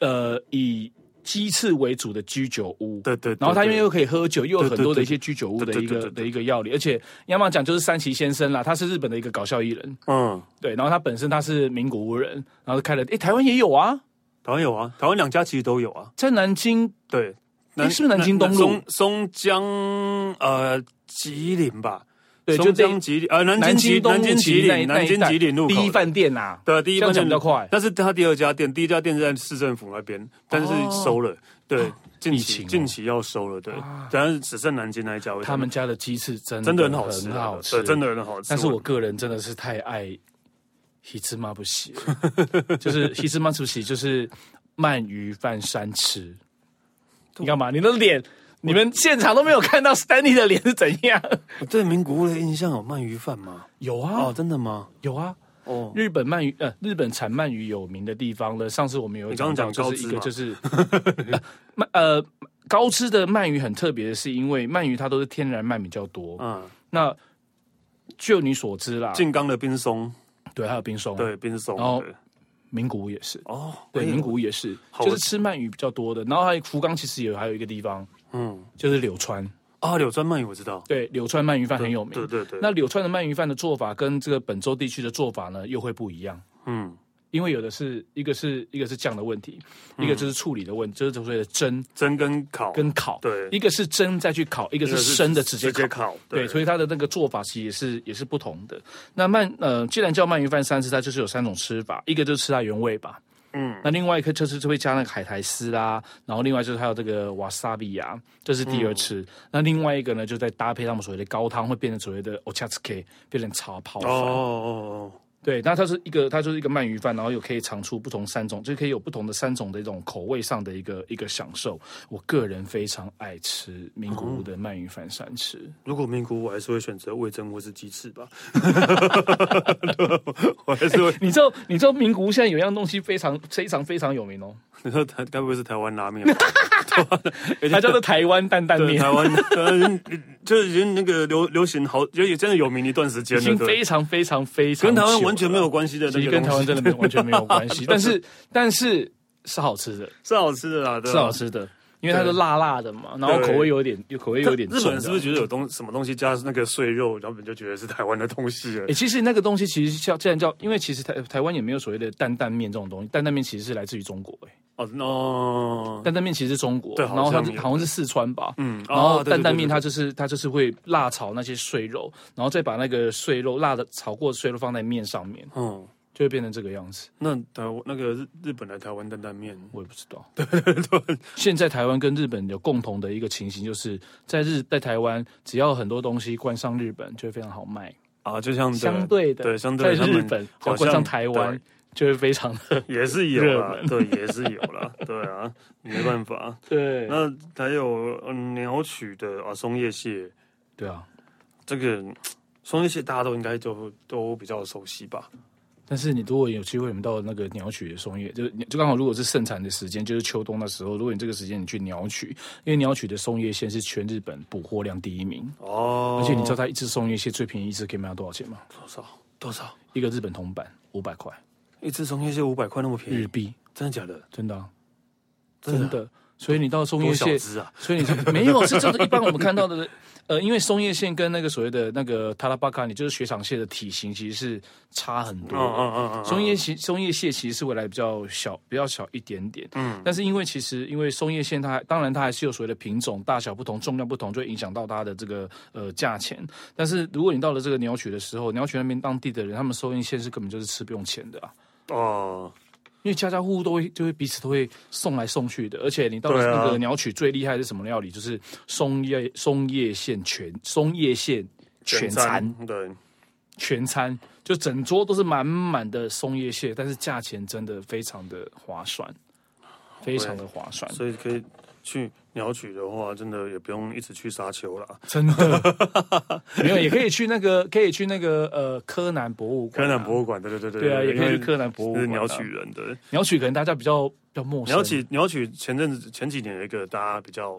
Speaker 2: 呃以鸡翅为主的居酒屋，
Speaker 1: 对对对
Speaker 2: 然后它因为
Speaker 1: 对
Speaker 2: 又可以喝酒，又有很多的一些居酒屋的
Speaker 1: 对对
Speaker 2: 一
Speaker 1: 对
Speaker 2: 个
Speaker 1: 对对
Speaker 2: 的一个料理，而且亚麻讲就是三崎先生啦，他是日本的一个搞笑艺人，
Speaker 1: 嗯，
Speaker 2: 对，然后他本身他是名古屋人，然后开了，诶，台湾也有啊，
Speaker 1: 台湾有啊，台湾两家其实都有啊，
Speaker 2: 在南京
Speaker 1: 对，
Speaker 2: 是不是南京东路
Speaker 1: 松松江呃吉林吧？
Speaker 2: 对就
Speaker 1: 松
Speaker 2: 那
Speaker 1: 江吉林呃南京
Speaker 2: 南
Speaker 1: 吉
Speaker 2: 京东
Speaker 1: 南
Speaker 2: 路
Speaker 1: 京吉
Speaker 2: 骑那一
Speaker 1: 林
Speaker 2: 那
Speaker 1: 南
Speaker 2: 一
Speaker 1: 京
Speaker 2: 带
Speaker 1: 吉林路口
Speaker 2: 第一
Speaker 1: 的
Speaker 2: 饭店呐、
Speaker 1: 对，第一
Speaker 2: 这样
Speaker 1: 关
Speaker 2: 讲
Speaker 1: 键
Speaker 2: 比较快
Speaker 1: 但是他第二家店，第一家店是在市政府那边，但是收了。对，近
Speaker 2: 哦疫情
Speaker 1: 期
Speaker 2: 哦啊
Speaker 1: 近期要收了，对，但是只剩南京那一家会收。
Speaker 2: 他们家的鸡翅真
Speaker 1: 真的很
Speaker 2: 好
Speaker 1: 好吃
Speaker 2: 很
Speaker 1: 啊，
Speaker 2: 好吃，
Speaker 1: 对，真的很好吃。
Speaker 2: 但是我个人真的是太爱黑芝麻不洗， 就是黑芝麻不洗就是鳗鱼饭三吃。你干嘛？你的脸，你们现场都没有看到 Stanley 的脸是怎 样？
Speaker 1: 我对名古屋的印象有鳗鱼饭吗？
Speaker 2: 有啊，
Speaker 1: 哦，真的吗？
Speaker 2: 有啊。
Speaker 1: 哦，
Speaker 2: 日本鳗鱼，呃，日本产鳗鱼有名的地方呢，上次我们有
Speaker 1: 你刚刚
Speaker 2: 到
Speaker 1: 讲
Speaker 2: 就是一个
Speaker 1: 高
Speaker 2: 就
Speaker 1: 知
Speaker 2: 是，鳗呃， 高知的鳗鱼很特别的是，因为鳗鱼它都是天然鳗比较多。
Speaker 1: 嗯，
Speaker 2: 那就你所知啦，
Speaker 1: 静冈的冰松，
Speaker 2: 对，还有冰松，，
Speaker 1: 对，冰松，
Speaker 2: 然后
Speaker 1: 对
Speaker 2: 名古屋也是，
Speaker 1: 哦，
Speaker 2: 哦对，
Speaker 1: 哎呦
Speaker 2: 名古，屋也是，
Speaker 1: 好
Speaker 2: 就是吃鳗鱼比较多的。然后还有福冈，其实有还有一个地方
Speaker 1: 嗯，
Speaker 2: 就是柳川，
Speaker 1: 啊，柳川鳗鱼我知道，
Speaker 2: 对，柳川鳗鱼饭很有名。
Speaker 1: 对对对，
Speaker 2: 那柳川的鳗鱼饭的做法跟这个本州地区的做法呢，又会不一样，
Speaker 1: 嗯，
Speaker 2: 因为有的是一个是一个是酱的问题，一个就是处理的问题，就是所谓的蒸
Speaker 1: 蒸跟烤
Speaker 2: 跟烤，
Speaker 1: 对
Speaker 2: 一个是蒸再去烤，一个
Speaker 1: 这
Speaker 2: 是
Speaker 1: 个
Speaker 2: 生的直接
Speaker 1: 直
Speaker 2: 烤
Speaker 1: 接。烤，
Speaker 2: 对，所以它的那个做法其实也是也是不同的。那鳗呃，既然叫鳗鱼饭三吃，它就是有三种吃法，一个就是吃它原味吧，嗯，那另外一颗就是会加那个海苔丝啦，然后另外就是还有这个瓦萨比呀，这是第二次。那另外一个呢，就再搭配他们所谓的高汤，会变成所谓的 o c h a t s k 变成茶泡
Speaker 1: 哦
Speaker 2: 饭。
Speaker 1: 哦哦，
Speaker 2: 对，那它是一个，它就是一个鳗鱼饭，然后又可以尝出不同三种，就可以有不同的三种的一种口味上的一个一个享受。我个人非常爱吃名古屋的鳗鱼饭三吃。
Speaker 1: 如果名古，我还是会选择味增或是鸡翅吧。 我还是会，
Speaker 2: 你知道，你知道名古屋现在有一样东西非常非常非常有名哦，
Speaker 1: 你说台该不会是台湾拉 面吧？对
Speaker 2: 它
Speaker 1: 啊
Speaker 2: 叫做台湾担担
Speaker 1: 对
Speaker 2: 面
Speaker 1: 台。湾，呃就已经那个流流行好，就也真的有名一段时间
Speaker 2: 已经
Speaker 1: 了，对，
Speaker 2: 非常非常非常
Speaker 1: 跟台湾
Speaker 2: 久
Speaker 1: 完全
Speaker 2: 了
Speaker 1: 没有关系的
Speaker 2: 其
Speaker 1: 那
Speaker 2: 实
Speaker 1: 个
Speaker 2: 跟
Speaker 1: 东西，
Speaker 2: 台湾真的没有完全没有 关系，但是但是是好吃的，
Speaker 1: 是好吃的啦，对啊
Speaker 2: 是好吃的，因为它是辣辣的嘛，然后
Speaker 1: 对
Speaker 2: 口味有点，有口味有点
Speaker 1: 日本人
Speaker 2: 重啊
Speaker 1: 是不是
Speaker 2: 这样
Speaker 1: 觉得有东什么东西加那个碎肉，然后你就觉得是台湾的东西了
Speaker 2: 诶，？其实那个东西其实叫既然叫，因为其实台台湾也没有所谓的担担面这种东西，担担面其实是来自于中国、诶，
Speaker 1: 哦，no，
Speaker 2: 担担面其实是中国，
Speaker 1: 对好
Speaker 2: 然后它
Speaker 1: 像
Speaker 2: 是
Speaker 1: 有
Speaker 2: 好像是四川吧，
Speaker 1: 嗯，
Speaker 2: 然后
Speaker 1: 哦对
Speaker 2: 担担
Speaker 1: 对对
Speaker 2: 面
Speaker 1: 对
Speaker 2: 它就是它就是会辣炒那些碎肉，然后再把那个碎肉辣的炒过的碎肉放在面上面，
Speaker 1: 嗯，
Speaker 2: 就会变成这个样子。
Speaker 1: 那台湾那个日日本来台湾担担面，
Speaker 2: 我也不知道。对对对， 现在台湾跟日本有共同的一个情形，就是在日在台湾，只要很多东西关上日本，就会非常好卖。
Speaker 1: 啊，就像
Speaker 2: 相对的，
Speaker 1: 对相对
Speaker 2: 在
Speaker 1: 他
Speaker 2: 日
Speaker 1: 们
Speaker 2: 本
Speaker 1: 好像
Speaker 2: 关上台湾，就会非常的
Speaker 1: 也是有
Speaker 2: 热
Speaker 1: 啦，对，也是有啦，对啊，没办法。
Speaker 2: 对
Speaker 1: 那还有呃鸟取的啊松叶蟹，
Speaker 2: 对啊。
Speaker 1: 这个松叶蟹大家都应该都都比较熟悉吧？
Speaker 2: 但是你如果有机会，你们到那个鸟取的松叶，就是就刚好，如果是盛产的时间，就是秋冬的时候，如果你这个时间你去鸟取，因为鸟取的松叶蟹是全日本捕获量第一名，
Speaker 1: 哦，
Speaker 2: 而且你知道它一只松叶蟹最便宜一只可以卖到多少钱吗？
Speaker 1: 多少多少
Speaker 2: 一个日本铜板五百块
Speaker 1: 一只松叶蟹五百块那么便
Speaker 2: 日
Speaker 1: 宜，
Speaker 2: 币，
Speaker 1: 真的假的？
Speaker 2: 真的、啊。
Speaker 1: 真
Speaker 2: 真
Speaker 1: 的啊
Speaker 2: 的。所以你到松叶
Speaker 1: 多小
Speaker 2: 县，
Speaker 1: 只啊？
Speaker 2: 所以你说没有是真的。一般我们看到的， 呃，因为松叶县跟那个所谓的那个塔拉巴卡，你就是雪场蟹的体型其实是差很多
Speaker 1: 嗯
Speaker 2: 的。
Speaker 1: 嗯嗯嗯，
Speaker 2: 松叶蟹松叶蟹其实是未来比较小，比较小一点点。嗯，但是因为其实因为松叶蟹它当然它还是有所谓的品种大小不同、重量不同，就会影响到它的这个呃价钱。但是如果你到了这个鸟取的时候，鸟取那边当地的人，他们松叶蟹是根本就是吃不用钱的啊。
Speaker 1: 哦，
Speaker 2: 因为家家户户都会就会彼此都会送来送去的，而且你到了
Speaker 1: 对啊
Speaker 2: 那个鸟取最厉害的是什么料理？就是松叶松叶县全松叶县全餐
Speaker 1: 对，
Speaker 2: 全餐，就整桌都是满满的松叶蟹，但是价钱真的非常的划算，非常的划算，
Speaker 1: 所以可以去鸟取的话，真的也不用一直去沙丘啦。
Speaker 2: 真的 没有也可以去那个可以去那个呃柯南博物馆
Speaker 1: 柯
Speaker 2: 啊、
Speaker 1: 南博物馆，对对对对
Speaker 2: 对啊，也可以去
Speaker 1: 因为
Speaker 2: 柯南博物馆、
Speaker 1: 是
Speaker 2: 啊。
Speaker 1: 鸟取人的，
Speaker 2: 鸟取可能大家比较比较陌生，啊
Speaker 1: 鸟取鸟取前阵子前几年有一个大家比较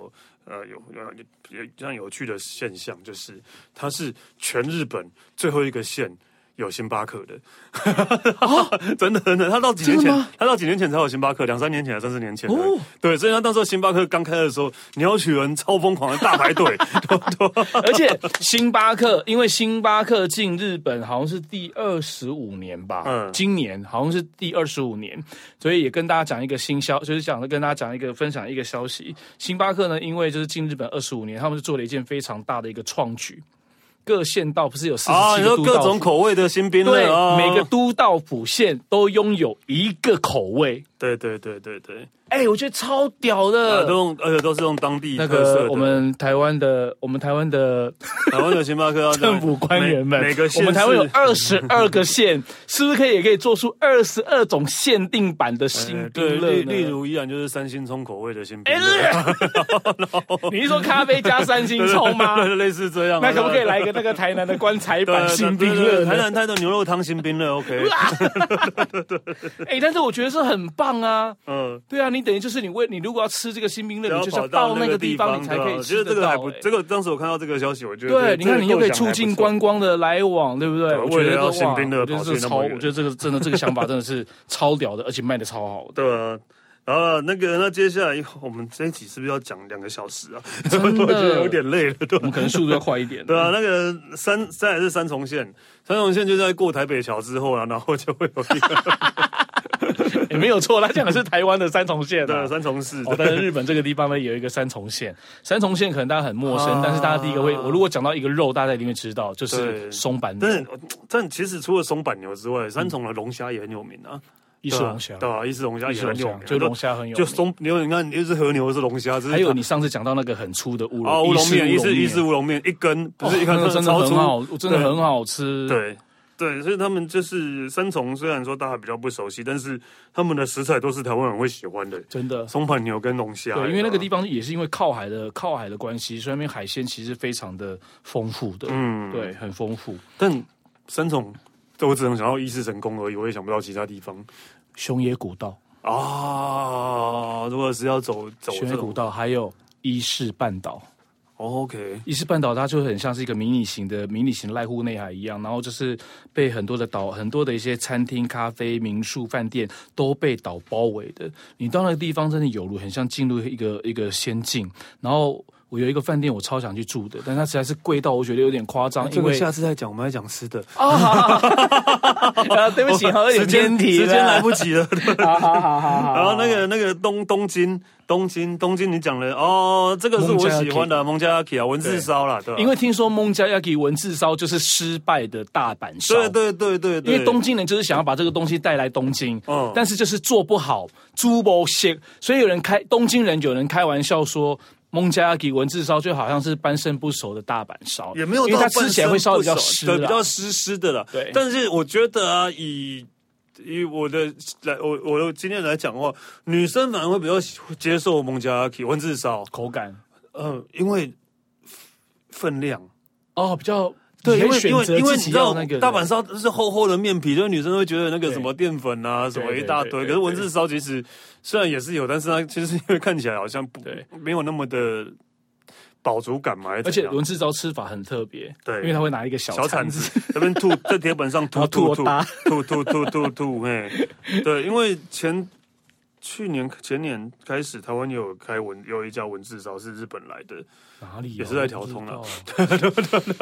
Speaker 1: 呃有呃有非常有趣的现象，就是它是全日本最后一个县。有星巴克的， 真的真的，他到几年
Speaker 2: 真的
Speaker 1: 前
Speaker 2: 吗，
Speaker 1: 他到几年前才有星巴克，两三年前、三四年前而已
Speaker 2: 哦
Speaker 1: 对，所以他到时候星巴克刚开的时候，鸟取人超疯狂的大排队，
Speaker 2: 而且星巴克，因为星巴克进日本好像是第二十五年吧，
Speaker 1: 嗯
Speaker 2: 今年好像是第二十五年，所以也跟大家讲一个新消，就是想跟大家讲一个分享一个消息。星巴克呢，因为就是进日本二十五年，他们是做了一件非常大的一个创举，各县道不是有四
Speaker 1: 啊，你
Speaker 2: 十七个
Speaker 1: 说
Speaker 2: 都
Speaker 1: 各
Speaker 2: 道
Speaker 1: 种
Speaker 2: 府。
Speaker 1: 口味的新兵
Speaker 2: 对，
Speaker 1: 了啊，
Speaker 2: 每个都道府县都拥有一个口味，
Speaker 1: 对对对对对，
Speaker 2: 哎、我觉得超屌的。
Speaker 1: 啊都用而且都是用当地
Speaker 2: 那
Speaker 1: 特色
Speaker 2: 个
Speaker 1: 的
Speaker 2: 我们台湾的，我们台湾的
Speaker 1: 台湾的星巴克要这样
Speaker 2: 政府官员们，
Speaker 1: 每每个县
Speaker 2: 我们台湾
Speaker 1: 市
Speaker 2: 有二十二个县，是不是可以也可以做出二十二种限定版的新
Speaker 1: 呃
Speaker 2: 冰
Speaker 1: 对，
Speaker 2: 乐
Speaker 1: 例
Speaker 2: 呢
Speaker 1: 例，如依然就是三星葱口味的新冰
Speaker 2: 哎
Speaker 1: 乐，
Speaker 2: 对你是说咖啡加三星葱吗？
Speaker 1: 对类似这样啊。
Speaker 2: 那可不可以
Speaker 1: 对？
Speaker 2: 来一个那个台南的棺材
Speaker 1: 对
Speaker 2: 版
Speaker 1: 对
Speaker 2: 新冰
Speaker 1: 对对
Speaker 2: 乐
Speaker 1: 对台
Speaker 2: 呢？
Speaker 1: 南台南牛肉汤新冰乐，OK，
Speaker 2: 哎，但是我觉得是很棒啊。
Speaker 1: 嗯，
Speaker 2: 对啊，你等于就是你为你如果要吃这个新冰乐，
Speaker 1: 然
Speaker 2: 你
Speaker 1: 后
Speaker 2: 就是
Speaker 1: 跑
Speaker 2: 要到那
Speaker 1: 那
Speaker 2: 个
Speaker 1: 个
Speaker 2: 地
Speaker 1: 方，
Speaker 2: 方，你才可
Speaker 1: 对吧
Speaker 2: 以
Speaker 1: 我觉得
Speaker 2: 吃
Speaker 1: 这
Speaker 2: 得
Speaker 1: 个还
Speaker 2: 到
Speaker 1: 不，
Speaker 2: 哎。
Speaker 1: 这个当时我看到这个消息，我觉得
Speaker 2: 对，
Speaker 1: 这
Speaker 2: 你看，你又可
Speaker 1: 这
Speaker 2: 以
Speaker 1: 个
Speaker 2: 促
Speaker 1: 构想还不错
Speaker 2: 进观光的来往，对不对？
Speaker 1: 对
Speaker 2: 我
Speaker 1: 为
Speaker 2: 觉
Speaker 1: 了
Speaker 2: 得
Speaker 1: 要
Speaker 2: 哇，
Speaker 1: 新兵乐
Speaker 2: 我觉得
Speaker 1: 跑
Speaker 2: 这
Speaker 1: 去
Speaker 2: 个
Speaker 1: 那
Speaker 2: 超，
Speaker 1: 么
Speaker 2: 我
Speaker 1: 远
Speaker 2: 觉得这个真的这个想法真的是超屌的，而且卖的超好的。
Speaker 1: 对啊。然后那个，那接下来我们这一集是不是要讲两个小时 啊？
Speaker 2: 真的
Speaker 1: 我觉得有点累了，对
Speaker 2: 我们可能速度要快一点。
Speaker 1: 对啊，那个三再来是三重县，三重县就在过台北桥之后啊，然后就会有一个
Speaker 2: 也没有错，他讲的是台湾的三重县、
Speaker 1: 对
Speaker 2: 啊。
Speaker 1: 三重市，
Speaker 2: 哦，但是日本这个地方呢，有一个三重县。三重县可能大家很陌生，
Speaker 1: 啊
Speaker 2: 但是大家第一个会，我如果讲到一个肉，大家一定会知道，就是
Speaker 1: 对
Speaker 2: 松板牛
Speaker 1: 但。是，但其实除了松板牛之外，三重的龙虾也很有名啊。
Speaker 2: 伊
Speaker 1: 对
Speaker 2: 式
Speaker 1: 啊
Speaker 2: 龙虾，
Speaker 1: 对啊，伊式龙虾
Speaker 2: 伊式
Speaker 1: 也
Speaker 2: 龙
Speaker 1: 很有
Speaker 2: 虾
Speaker 1: 名，
Speaker 2: 就龙虾很有
Speaker 1: 就
Speaker 2: 名。
Speaker 1: 松牛，你看你是和牛是龙虾，这是
Speaker 2: 还有你上次讲到那个很粗的乌
Speaker 1: 啊乌龙面，
Speaker 2: 伊
Speaker 1: 伊
Speaker 2: 式
Speaker 1: 式伊
Speaker 2: 乌
Speaker 1: 式
Speaker 2: 龙面
Speaker 1: 乌龙面一根，不
Speaker 2: 哦
Speaker 1: 是一根
Speaker 2: 那个，真的
Speaker 1: 超
Speaker 2: 很
Speaker 1: 粗
Speaker 2: 好，真
Speaker 1: 对
Speaker 2: 的很好吃。，
Speaker 1: 对对，所以他们就是三重，虽然说大家比较不熟悉，但是他们的食材都是台湾人会喜欢的，
Speaker 2: 真的。
Speaker 1: 松盘牛跟龙虾。啊
Speaker 2: 对，因为那个地方也是因为靠海的靠海的关系，所以那边海鲜其实非常的丰富的，
Speaker 1: 嗯，
Speaker 2: 对，很丰富。
Speaker 1: 但三重，这我只能想到一世神功而已，我也想不到其他地方
Speaker 2: 熊野古道，
Speaker 1: 哦啊。如果是要走走
Speaker 2: 熊
Speaker 1: 这
Speaker 2: 野古
Speaker 1: 种
Speaker 2: 道，还有伊势半岛。
Speaker 1: 哦，OK，
Speaker 2: 伊势半岛它就很像是一个迷你型的迷你型濑户内海一样，然后就是被很多的岛、很多的一些餐厅、咖啡、民宿、饭店都被岛包围的。你到那个地方真的有如很像进入一个一个仙境。然后我有一个饭店，我超想去住的，但它实在是贵到我觉得有点夸张，
Speaker 1: 哎这
Speaker 2: 因
Speaker 1: 个
Speaker 2: 为
Speaker 1: 下次再讲，我们来讲吃 的。哦
Speaker 2: 啊，好好 啊呃对不起，好有
Speaker 1: 时
Speaker 2: 点
Speaker 1: 间
Speaker 2: 偏题
Speaker 1: 时间来
Speaker 2: 了。
Speaker 1: 不及 了。对
Speaker 2: 好好好好 好，
Speaker 1: 然后那个那个东东京东京东京，你讲了哦，这个是我喜欢的蒙加亚基啊，文字烧啦，对吧？
Speaker 2: 因为听说孟加拉给文字烧就是失败的大阪烧，
Speaker 1: 对对对对对，
Speaker 2: 因为东京人就是想要把这个东西带来东京，
Speaker 1: 嗯
Speaker 2: 但是就是做不好，猪不行，所以有人开东京人有人开玩笑说。孟加拉给文字烧就好像是半生不熟的大阪烧，
Speaker 1: 也没有
Speaker 2: 因为
Speaker 1: 到
Speaker 2: 它吃起来会烧得比较
Speaker 1: 半
Speaker 2: 湿
Speaker 1: 生不
Speaker 2: 啦，
Speaker 1: 熟对，比较湿湿的啦。
Speaker 2: 对
Speaker 1: 但是我觉得啊，以以我的来，我我的经验来讲的话，女生反而会比较喜接受蒙加拉基文字烧，
Speaker 2: 口感呃
Speaker 1: 嗯，因为分量。
Speaker 2: 哦比较
Speaker 1: 对，
Speaker 2: 你
Speaker 1: 因
Speaker 2: 可
Speaker 1: 为
Speaker 2: 以选
Speaker 1: 因为
Speaker 2: 择
Speaker 1: 因为
Speaker 2: 自
Speaker 1: 你
Speaker 2: 己
Speaker 1: 知道
Speaker 2: 要那个
Speaker 1: 大阪烧是厚厚的面皮，就是女生会觉得那个
Speaker 2: 对
Speaker 1: 什么淀粉啊，什么
Speaker 2: 对
Speaker 1: 一大堆。
Speaker 2: 对对对
Speaker 1: 可是文字烧其实虽然也是有，但是它其实因为看起来好像不
Speaker 2: 对
Speaker 1: 没有那么的饱足感嘛，还是
Speaker 2: 而
Speaker 1: 怎
Speaker 2: 且
Speaker 1: 样
Speaker 2: 文字烧吃法很特别，
Speaker 1: 对
Speaker 2: 因为他会拿一个小
Speaker 1: 小铲
Speaker 2: 铲子，
Speaker 1: 子 那边吐在铁板上
Speaker 2: 然后
Speaker 1: 吐
Speaker 2: 吐
Speaker 1: 吐
Speaker 2: 我
Speaker 1: 吐
Speaker 2: 搭
Speaker 1: 吐吐吐吐吐，嘿，对，因为前。去年前年开始，台湾有开文有一家文字烧是日本来的，
Speaker 2: 哪里、哦、
Speaker 1: 也是在调通啊
Speaker 2: 了，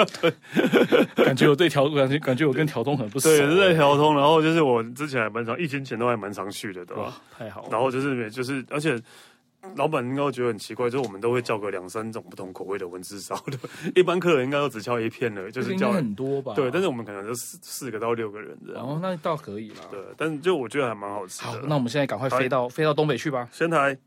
Speaker 2: 感觉我对调感觉感觉我跟调通很不熟，
Speaker 1: 对，也是在调通。然后就是我之前还蛮常，疫情前都还蛮常去的，对吧
Speaker 2: 哇？，太好了，
Speaker 1: 然后就是每就是，而且老板应该会觉得很奇怪，就是我们都会叫个两三种不同口味的文字烧的， 一般客人应该都只叫一片了，就
Speaker 2: 这个
Speaker 1: 是
Speaker 2: 应该
Speaker 1: 叫
Speaker 2: 很多吧？
Speaker 1: 对，但是我们可能就四四个到六个人这样，
Speaker 2: 哦，那倒可以啦。
Speaker 1: 对，但是就我觉得还蛮好吃
Speaker 2: 好，
Speaker 1: 的。
Speaker 2: 那我们现在赶快飞到飞到东北去吧。
Speaker 1: 仙 台，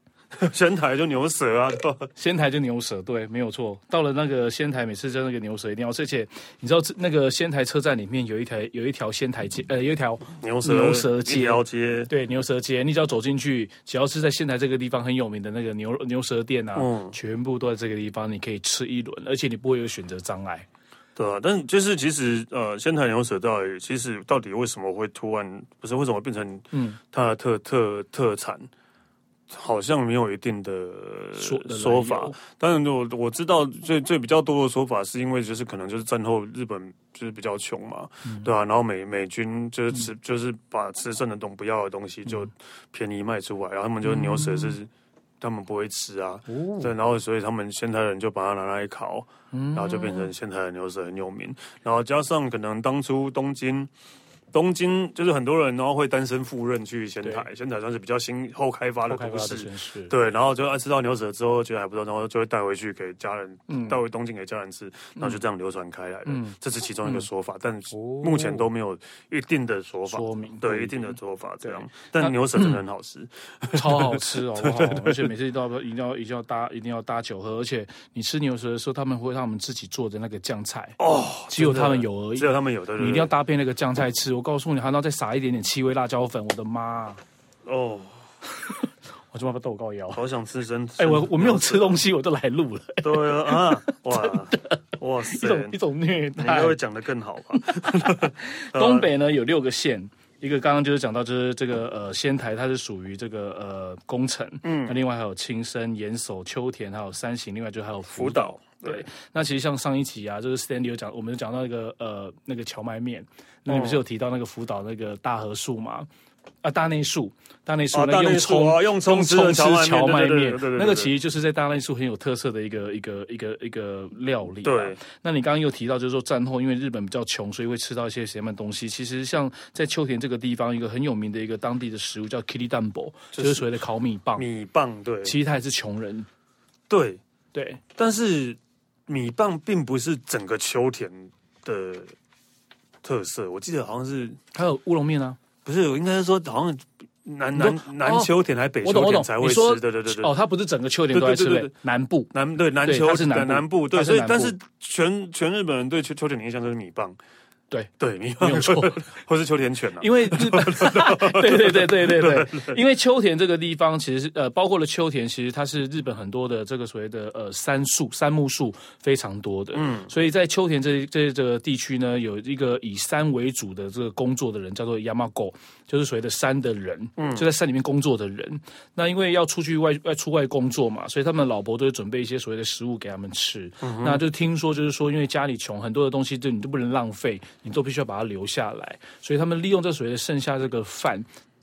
Speaker 1: 仙台就牛舌啊，对吧
Speaker 2: 仙台就牛舌，对，没有错。到了那个仙台，每次在那个牛舌一定要吃，而且你知道这那个仙台车站里面有一条有一条仙台街，呃，有一条
Speaker 1: 牛舌
Speaker 2: 牛舌街
Speaker 1: 一条街，
Speaker 2: 对牛舌街，你只要走进去，只要是在仙台这个地方很有名的那个牛牛舌店啊，
Speaker 1: 嗯
Speaker 2: 全部都在这个地方，你可以吃一轮，而且你不会有选择障碍。
Speaker 1: 对啊。但就是其实呃，仙台牛舌到底其实到底为什么会突然不是为什么变成
Speaker 2: 嗯，
Speaker 1: 它的特特特产，好像没有一定的
Speaker 2: 说的来
Speaker 1: 呃说法
Speaker 2: 由。
Speaker 1: 当然我，我知道最最比较多的说法，是因为就是可能就是战后日本就是比较穷嘛，
Speaker 2: 嗯
Speaker 1: 对啊，然后美美军就是吃、就是把吃剩的东不要的东西就便宜卖出来，然后他们就牛舌是。
Speaker 2: 嗯
Speaker 1: 他们不会吃啊，
Speaker 2: 哦
Speaker 1: 对，然后所以他们仙台人就把它拿来烤，
Speaker 2: 嗯
Speaker 1: 然后就变成仙台的牛舌很有名。然后加上可能当初东京，东京就是很多人然后会单身赴任去仙台，仙台算是比较新后开发的
Speaker 2: 后开
Speaker 1: 都
Speaker 2: 发的
Speaker 1: 市，
Speaker 2: 城市，
Speaker 1: 对，然后就啊吃到牛舌之后觉得还不错，然后就会带回去给家人，
Speaker 2: 嗯
Speaker 1: 带回东京给家人吃，然后就这样流传开来的。这是其中
Speaker 2: 嗯
Speaker 1: 一个说法，但目前都没有一定的说法，
Speaker 2: 哦说明不
Speaker 1: 对
Speaker 2: 一
Speaker 1: 一定的说法这
Speaker 2: 对嗯
Speaker 1: 样。但牛舌真的很好吃，
Speaker 2: 超好吃哦，好 不好？而且每次都要一定要一定要搭一定要搭酒喝，而且你吃牛舌的时候，他们会让我们自己做的那个酱菜哦，只有他们有而已
Speaker 1: 只。有他们有的，
Speaker 2: 你
Speaker 1: 你
Speaker 2: 一定要搭配那个酱菜吃，我告诉你，还要再撒一点点七味辣椒粉，我的妈！
Speaker 1: 哦，
Speaker 2: 我就把豆告腰。
Speaker 1: 好想吃哦真。
Speaker 2: 哎、我我没有
Speaker 1: 牛舌
Speaker 2: 吃东西，我都来录了，
Speaker 1: 对啊， 啊哇哇
Speaker 2: 一
Speaker 1: 塞，
Speaker 2: 种一
Speaker 1: 你
Speaker 2: 种虐
Speaker 1: 应该
Speaker 2: 待。
Speaker 1: 会讲的更好吧？呃
Speaker 2: 东北呢有六个县，一个刚刚就是讲到就是这个呃仙台，它是属于这个呃宫城，嗯，那另外还有青森、岩手、秋田，还有山形，另外就还有福
Speaker 1: 福
Speaker 2: 岛。
Speaker 1: 岛
Speaker 2: 对，那其实像上一集啊，就是 Stanley 有讲，我们讲到那个呃那个荞麦面，那你不是有提到那个福岛那个大和树吗？啊，大内树，大内树
Speaker 1: 哦
Speaker 2: 那个
Speaker 1: 大
Speaker 2: 用
Speaker 1: 内树
Speaker 2: 葱、
Speaker 1: 哦用葱
Speaker 2: 用
Speaker 1: 吃
Speaker 2: 葱
Speaker 1: 的
Speaker 2: 吃荞
Speaker 1: 荞麦
Speaker 2: 麦
Speaker 1: 面对对对对
Speaker 2: 面
Speaker 1: 对对，对
Speaker 2: 那个其实就是在大内树很有特色的一个一个一个一个料理、啊。
Speaker 1: 对，
Speaker 2: 那你刚刚又提到，就是说战后因为日本比较穷，所以会吃到一些什么东西？其实像在秋田这个地方，一个很有名的一个当地的食物叫 k i r i d a m b o 就是所谓的烤米棒。
Speaker 1: 米棒，对
Speaker 2: 其实他也是穷人，
Speaker 1: 对，
Speaker 2: 对，
Speaker 1: 但是米棒并不是整个秋田的特色，我记得好像是
Speaker 2: 还有乌龙面啊，
Speaker 1: 不是？我应该是说好像南
Speaker 2: 说
Speaker 1: 南南
Speaker 2: 哦
Speaker 1: 秋田还北
Speaker 2: 我懂
Speaker 1: 秋
Speaker 2: 我
Speaker 1: 田
Speaker 2: 懂
Speaker 1: 才，
Speaker 2: 你
Speaker 1: 会吃
Speaker 2: 说，
Speaker 1: 对对对对。
Speaker 2: 哦，它不是整个秋天都在吃
Speaker 1: 对对对
Speaker 2: 嘞
Speaker 1: 对，
Speaker 2: 南部
Speaker 1: 南对南
Speaker 2: 对
Speaker 1: 秋
Speaker 2: 它是南
Speaker 1: 的
Speaker 2: 部
Speaker 1: 南部对，
Speaker 2: 它是
Speaker 1: 所以
Speaker 2: 南部
Speaker 1: 但是全全日本人对秋秋田的印象就是米棒，
Speaker 2: 对
Speaker 1: 对米棒
Speaker 2: 没有错，
Speaker 1: 或是秋田犬啊，
Speaker 2: 因为 日本，对对对对对对，因为秋田这个地方其实是呃，包括了秋田，其实它是日本很多的这个所谓的呃杉树、杉木树非常多的，嗯，所以在秋田这这这个地区呢，有一个以山为主的这个工作的人叫做 Yamago，就是所谓的山的人，嗯，就在山里面工作的人。那因为要出去外外出外工作嘛，所以他们老婆都会准备一些所谓的食物给他们吃。那就听说就是说，因为家里穷，很多的东西就你都不能浪费，你都必须要把它留下来。所以他们利用这所谓的剩下这个饭，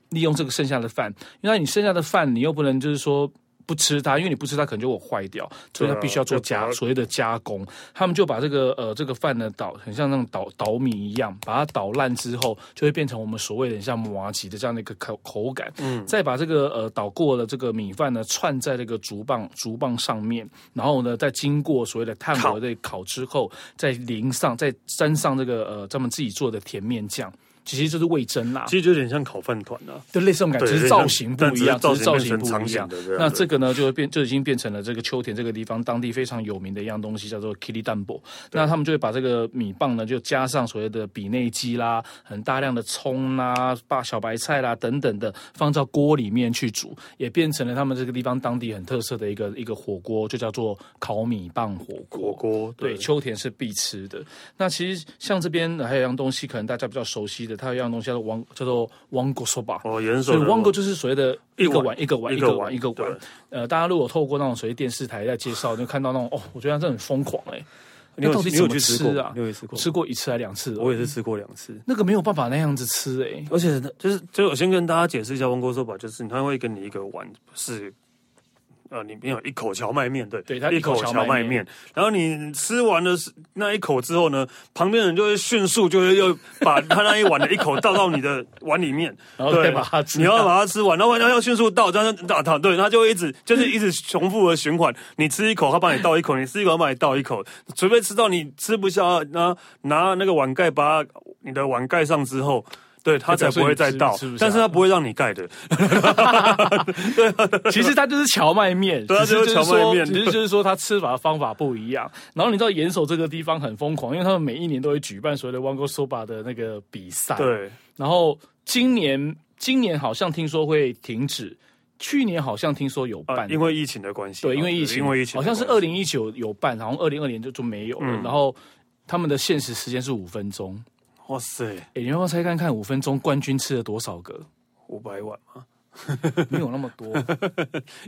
Speaker 2: 利用这个剩下的饭，因为你剩下的饭你又不能就是说。不吃它，因为你不吃它可能就会坏掉，所以它
Speaker 1: 对啊
Speaker 2: 必须要做
Speaker 1: 就把
Speaker 2: 加
Speaker 1: 它
Speaker 2: 所谓的加工。他们就把这个呃这个饭呢捣，很像那种捣捣米一样，把它捣烂之后，就会变成我们所谓的很像麻吉的这样的一个口口感。嗯，再把这个呃捣过了这个米饭呢串在这个竹棒竹棒上面，然后呢再经过所谓的炭火的烤之后，再淋上再沾上这个呃他们自己做的甜面酱。其实就是味增啦，
Speaker 1: 其实就有点像烤饭团啊，
Speaker 2: 就类似这种感觉，
Speaker 1: 对
Speaker 2: 只是造型不一样，
Speaker 1: 但
Speaker 2: 只
Speaker 1: 只是
Speaker 2: 是造
Speaker 1: 造
Speaker 2: 型
Speaker 1: 型
Speaker 2: 不
Speaker 1: 变成
Speaker 2: 一
Speaker 1: 长
Speaker 2: 样
Speaker 1: 形的。对
Speaker 2: 那
Speaker 1: 啊
Speaker 2: 这个呢，就会变，就已经变成了这个秋田这个地方当地非常有名的一样东西，叫做 kiri d a m b o 那他们就会把这个米棒呢，就加上所谓的比内鸡啦，很大量的葱啦、大小白菜啦等等的，放到锅里面去煮，也变成了他们这个地方当地很特色的一个一个火锅，就叫做烤米棒火
Speaker 1: 火
Speaker 2: 锅。
Speaker 1: 锅
Speaker 2: 对，秋田是必吃的。那其实像这边还有一样东西，可能大家比较熟悉的，它有一样东西叫做王叫做王国 soba。
Speaker 1: 哦，严守
Speaker 2: 所以
Speaker 1: 的
Speaker 2: 汪哥就是所谓的一
Speaker 1: 一
Speaker 2: 个
Speaker 1: 碗
Speaker 2: 碗一个碗一
Speaker 1: 一
Speaker 2: 个
Speaker 1: 个
Speaker 2: 碗
Speaker 1: 碗
Speaker 2: 一个碗
Speaker 1: 对。
Speaker 2: 呃，大家如果透过那种所谓电视台在介绍，就看到那种哦，我觉得这很疯狂哎、
Speaker 1: 你有
Speaker 2: 那到底
Speaker 1: 你有
Speaker 2: 怎
Speaker 1: 去
Speaker 2: 么吃
Speaker 1: 吃过
Speaker 2: 啊
Speaker 1: 吗？你有吃
Speaker 2: 我
Speaker 1: 过？
Speaker 2: 吃过一次还两次、哦，
Speaker 1: 我也是吃过两次。
Speaker 2: 那个没有办法那样子吃哎、
Speaker 1: 而且呢就是，就我先跟大家解释一下汪锅说法，就是他会给你一个碗是。呃，里面有一口荞麦面，对，
Speaker 2: 对它一
Speaker 1: 一
Speaker 2: 口
Speaker 1: 口
Speaker 2: 荞
Speaker 1: 荞麦
Speaker 2: 麦
Speaker 1: 面。然后你吃完了是那一口之后呢，旁边人就会迅速就会又把他那一碗的一口倒到你的碗里面，
Speaker 2: 然后
Speaker 1: 对
Speaker 2: 再把它吃
Speaker 1: 你要把它吃完，然后要要迅速倒，这样倒倒，对，他就会一直就是一直重复的循环。你吃一口，他帮你倒一口；你吃一口，他帮你倒一口，除非吃到你吃不下，拿拿那个碗盖把你的碗盖上之后。对他才不会再倒
Speaker 2: 就表示你吃吃不，下
Speaker 1: 但是他不会让你盖的。
Speaker 2: 其实它就是荞麦面，
Speaker 1: 对它啊
Speaker 2: 只
Speaker 1: 就
Speaker 2: 是
Speaker 1: 是
Speaker 2: 说
Speaker 1: 荞麦面
Speaker 2: 只是就是说它吃法的方法不一样。然后你知道岩手这个地方很疯狂，因为他们每一年都会举办所谓的 Wango Soba 的那个比赛。，
Speaker 1: 对，
Speaker 2: 然后今年今年好像听说会停止，去年好像听说有
Speaker 1: 啊，
Speaker 2: 办，
Speaker 1: 因为疫情的关系，
Speaker 2: 对，因为疫情，
Speaker 1: 因为疫情的
Speaker 2: 好像是
Speaker 1: 关
Speaker 2: 二
Speaker 1: 系嗯
Speaker 2: 零一九有办，然后二零二零就就没有了。然后他们的限时时间是五分钟。
Speaker 1: 哇塞，
Speaker 2: 哎，你要不要猜看看五分钟冠军吃了多 少个？
Speaker 1: 五百碗嘛。
Speaker 2: 没有那么多，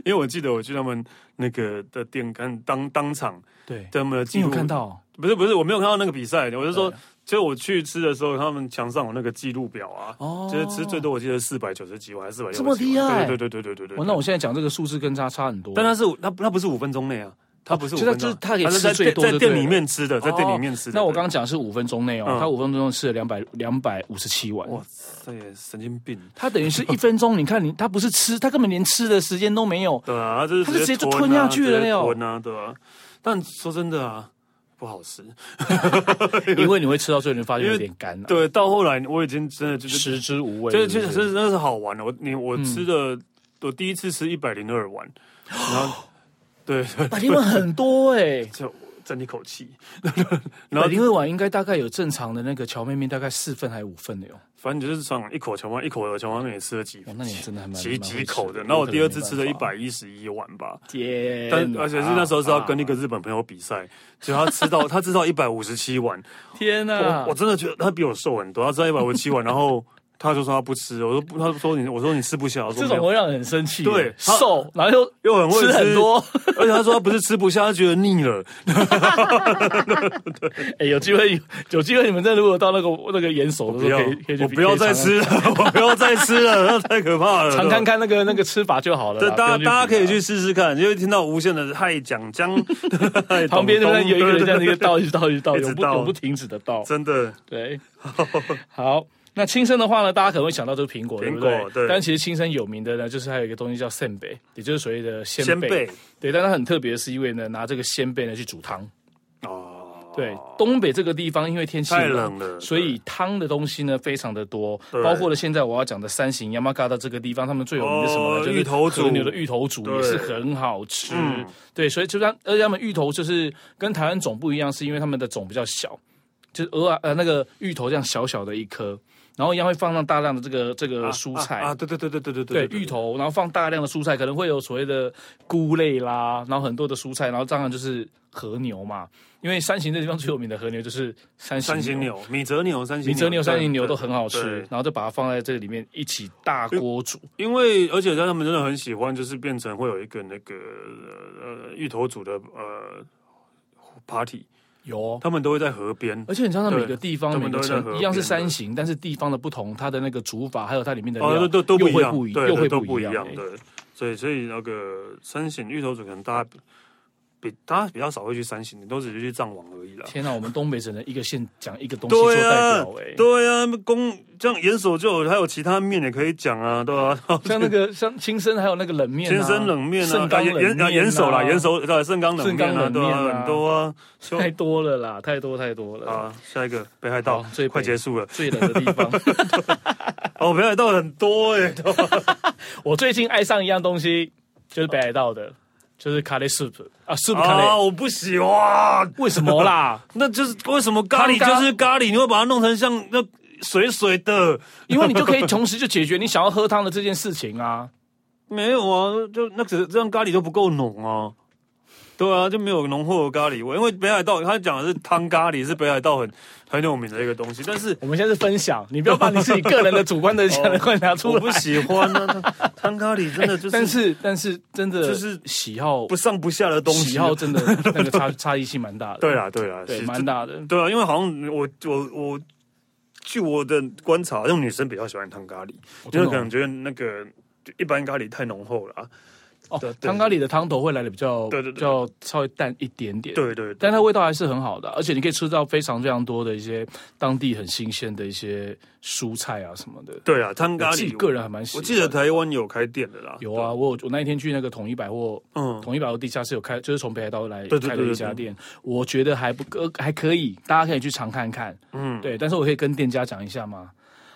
Speaker 1: 因为我记得我去他们那个的店看当当场
Speaker 2: 对，
Speaker 1: 他们的记
Speaker 2: 你有
Speaker 1: 录，
Speaker 2: 看到？
Speaker 1: 不是不是，我没有看到那个比赛，我是说，就我去吃的时候，他们墙上有那个记录表啊，
Speaker 2: 哦
Speaker 1: 就是吃最多我记得四百九十几碗还是四百，
Speaker 2: 这么厉害
Speaker 1: 对对对对对对对。
Speaker 2: 哇，哦那我现在讲这个数字跟它差很多。
Speaker 1: 但他是那那不是五分钟内啊，他不是
Speaker 2: 哦
Speaker 1: 五
Speaker 2: 就是
Speaker 1: 分钟，
Speaker 2: 就是他可以
Speaker 1: 是
Speaker 2: 吃
Speaker 1: 在
Speaker 2: 最
Speaker 1: 店
Speaker 2: 多就
Speaker 1: 在
Speaker 2: 对
Speaker 1: 店里
Speaker 2: 了
Speaker 1: 面吃的，在店里面吃的。
Speaker 2: 哦那我
Speaker 1: 对
Speaker 2: 刚刚讲是五分钟内哦，
Speaker 1: 嗯
Speaker 2: 他五分钟吃了两百两百五十七碗。
Speaker 1: 哇塞，神经病！
Speaker 2: 他等于是一分钟，你看你他不是吃，他根本连吃的时间都没有。
Speaker 1: 对啊，他就是
Speaker 2: 他就直接就
Speaker 1: 吞
Speaker 2: 吞下
Speaker 1: 啊
Speaker 2: 去了
Speaker 1: 直接
Speaker 2: 哟
Speaker 1: 吞啊，对啊。但说真的啊，不好吃。
Speaker 2: 因为你会吃到最后，你发现
Speaker 1: 因为
Speaker 2: 有点干了、啊
Speaker 1: 对，到后来我已经真的就是
Speaker 2: 食之无味。
Speaker 1: 就是
Speaker 2: 是
Speaker 1: 就
Speaker 2: 不
Speaker 1: 是
Speaker 2: 是
Speaker 1: 真的是好玩的。我你
Speaker 2: 嗯
Speaker 1: 我吃的，我第一次吃一百零二碗，然 后对， 对
Speaker 2: 百灵味很多哎、
Speaker 1: 就争一口气。
Speaker 2: 然
Speaker 1: 然
Speaker 2: 后
Speaker 1: 后
Speaker 2: 林慧婉应该大概有正常的那个荞麦面，大概四份还是五份的哟。
Speaker 1: 反正就是上一口荞麦，一口的荞麦面也吃了几
Speaker 2: 哇，那你真的还蛮
Speaker 1: 几几口的。然
Speaker 2: 那
Speaker 1: 后我第二次吃了一，百一十一碗吧，
Speaker 2: 天哪，
Speaker 1: 但而且是那时候是要跟那个日本朋友比
Speaker 2: 啊
Speaker 1: 赛，结果他吃到他吃到一百五十七 碗，
Speaker 2: 天哪
Speaker 1: 我我，真的觉得他比我瘦很多，他吃到一百五十七碗，然后他就说他不吃，我说不他说你我说你吃不下，我说没
Speaker 2: 这种
Speaker 1: 有
Speaker 2: 会让人很生气。
Speaker 1: 对他
Speaker 2: 瘦，然后又
Speaker 1: 又很会
Speaker 2: 吃很多，
Speaker 1: 而且他说他不是吃不下，他觉得腻了。
Speaker 2: 哎，有机会有机会，你们再如果到那个那个岩手的
Speaker 1: 不
Speaker 2: 时
Speaker 1: 要
Speaker 2: 候，可以可以，去
Speaker 1: 我不要再，吃了， 我不要再吃了，那太可怕了。
Speaker 2: 可以尝尝看看那个那个吃法就好了啦。
Speaker 1: 对，
Speaker 2: 不
Speaker 1: 大家
Speaker 2: 用比啊
Speaker 1: 大家可以
Speaker 2: 了
Speaker 1: 去试试看，因为听到无限的嗨讲 江，嗨
Speaker 2: 旁边那
Speaker 1: 东
Speaker 2: 边有一个人在那
Speaker 1: 对
Speaker 2: 个，
Speaker 1: 对对
Speaker 2: 倒一直倒 一直倒，
Speaker 1: 一直
Speaker 2: 永不
Speaker 1: 倒
Speaker 2: 永不停止的倒。
Speaker 1: 真的
Speaker 2: 对，好。那青森的话呢，大家可能会想到就是苹果，
Speaker 1: 苹果
Speaker 2: 对不对？
Speaker 1: 对
Speaker 2: 但其实青森有名的呢，就是还有一个东西叫鲜贝，也就是所谓的鲜
Speaker 1: 先
Speaker 2: 贝。
Speaker 1: 辈
Speaker 2: 对，但它很特别，是因为呢，拿这个鲜贝呢去煮汤。
Speaker 1: 哦，
Speaker 2: 对，东北这个地方因为天气
Speaker 1: 太冷了
Speaker 2: 所以汤的东西呢非常的多，
Speaker 1: 对
Speaker 2: 包括了现在我要讲的三型 Yamagata 这个地方，他们最有名的什么呢？
Speaker 1: 哦
Speaker 2: 就是
Speaker 1: 芋头煮
Speaker 2: 和牛的芋头煮
Speaker 1: 对
Speaker 2: 也是很好吃。
Speaker 1: 嗯
Speaker 2: 对，所以就像而且他们芋头就是跟台湾种不一样，是因为他们的种比较小，就是鹅啊呃那个芋头这样小小的一颗，然后一样会放上大量的这个这个蔬菜
Speaker 1: 啊，啊对对对对对对
Speaker 2: 对芋头，然后放大量的蔬菜，可能会有所谓的菇类啦，然后很多的蔬菜，然后当然就是和牛嘛，因为三型这地方最有名的和牛就是三型
Speaker 1: 三型。牛、米泽牛、三型
Speaker 2: 米泽牛、三型牛
Speaker 1: 对
Speaker 2: 都很好吃
Speaker 1: 对，
Speaker 2: 然后就把它放在这里面一起大锅煮。
Speaker 1: 因为而且他们真的很喜欢，就是变成会有一个那个呃芋头组的呃 party，
Speaker 2: 有哦，
Speaker 1: 他们都会在河边。
Speaker 2: 而且你知道，它
Speaker 1: 对
Speaker 2: 每个地方
Speaker 1: 他
Speaker 2: 每
Speaker 1: 们
Speaker 2: 个
Speaker 1: 都在河
Speaker 2: 城一样是
Speaker 1: 边
Speaker 2: 三
Speaker 1: 的
Speaker 2: 型，但是地方的不同，它的那个煮法还有它里面的
Speaker 1: 哦，
Speaker 2: 料
Speaker 1: 都都都不一
Speaker 2: 又会
Speaker 1: 样
Speaker 2: 不，一
Speaker 1: 对，
Speaker 2: 又
Speaker 1: 对
Speaker 2: 会
Speaker 1: 都
Speaker 2: 不
Speaker 1: 一
Speaker 2: 样
Speaker 1: 样
Speaker 2: 欸。，
Speaker 1: 对。所以，所以那个三型芋头组可能大家比比大家比较少会去三型，都只是去藏王而已啦。
Speaker 2: 天哪，我们东北只能一个县讲一个东西做
Speaker 1: 对
Speaker 2: 代
Speaker 1: 啊
Speaker 2: 表哎，。
Speaker 1: 对啊，公这样严守就有，还有其他面也可以讲啊，对吧、啊？
Speaker 2: 像那个像青森还有那个冷面、啊，
Speaker 1: 先生冷面啊
Speaker 2: 盛，冈
Speaker 1: 严
Speaker 2: 冷面、啊、
Speaker 1: 严严守啦，严守对，盛冈冷
Speaker 2: 盛冈
Speaker 1: 面啊，
Speaker 2: 冷
Speaker 1: 对
Speaker 2: 面啊
Speaker 1: 啊，很多啊。就
Speaker 2: 太多了啦，太多太多了。
Speaker 1: 啊，下一个北海道
Speaker 2: 好最，北
Speaker 1: 快结 束了。
Speaker 2: 最冷的地方，
Speaker 1: 哦，北海道很多 哎、
Speaker 2: 我最近爱上一样东西，就是北海道的，就是咖喱 soup 啊，soup 咖
Speaker 1: 啊，
Speaker 2: 喱。
Speaker 1: 我不喜欢，
Speaker 2: 为什么啦？
Speaker 1: 那就是为什么咖喱
Speaker 2: 咖喱
Speaker 1: 就是咖喱，你会把它弄成像那水水的？
Speaker 2: 因为你就可以同时就解决你想要喝汤的这件事情啊。
Speaker 1: 没有啊，就那只这样咖喱都不够浓啊。对啊，就没有浓厚的咖喱味，因为北海道他讲的是汤咖喱，是北海道很很有名的一个东西，但是
Speaker 2: 我们现在是分享，你不要把你自己个人的主观的想的会拿出
Speaker 1: 我
Speaker 2: 来。
Speaker 1: 不喜欢 啊，那汤咖喱真的就是，
Speaker 2: 但是但是真的
Speaker 1: 就是
Speaker 2: 喜好
Speaker 1: 不上不下的东西啊
Speaker 2: 喜。好真的那个差差异性蛮大的。
Speaker 1: 对啦，对啦，
Speaker 2: 对，
Speaker 1: 是
Speaker 2: 蛮大的。
Speaker 1: 对啊，因为好像我我我，据我的观察，好像女生比较喜欢汤咖喱，
Speaker 2: 哦
Speaker 1: 因为可能觉得那个就一般咖喱太浓厚了、啊。
Speaker 2: 哦
Speaker 1: 对，对
Speaker 2: 汤咖喱的汤头会来的比较，
Speaker 1: 对对对
Speaker 2: 比较稍微淡一点点，，
Speaker 1: 对对对，
Speaker 2: 但它味道还是很好的啊，而且你可以吃到非常非常多的一些当地很新鲜的一些蔬菜啊什么的。
Speaker 1: 对啊，汤咖
Speaker 2: 我自己
Speaker 1: 喱，
Speaker 2: 个人还蛮喜
Speaker 1: 我
Speaker 2: 欢。
Speaker 1: 记得台湾有开店的啦。
Speaker 2: 有啊，我有我那一天去那个统一百货，
Speaker 1: 嗯，
Speaker 2: 统一百货地下室有开，就是从北海道来
Speaker 1: 对对对
Speaker 2: 开了一家店，我觉得还不呃还可以，大家可以去尝看看。
Speaker 1: 嗯
Speaker 2: 嗯，对，但是我可以跟店家讲一下吗？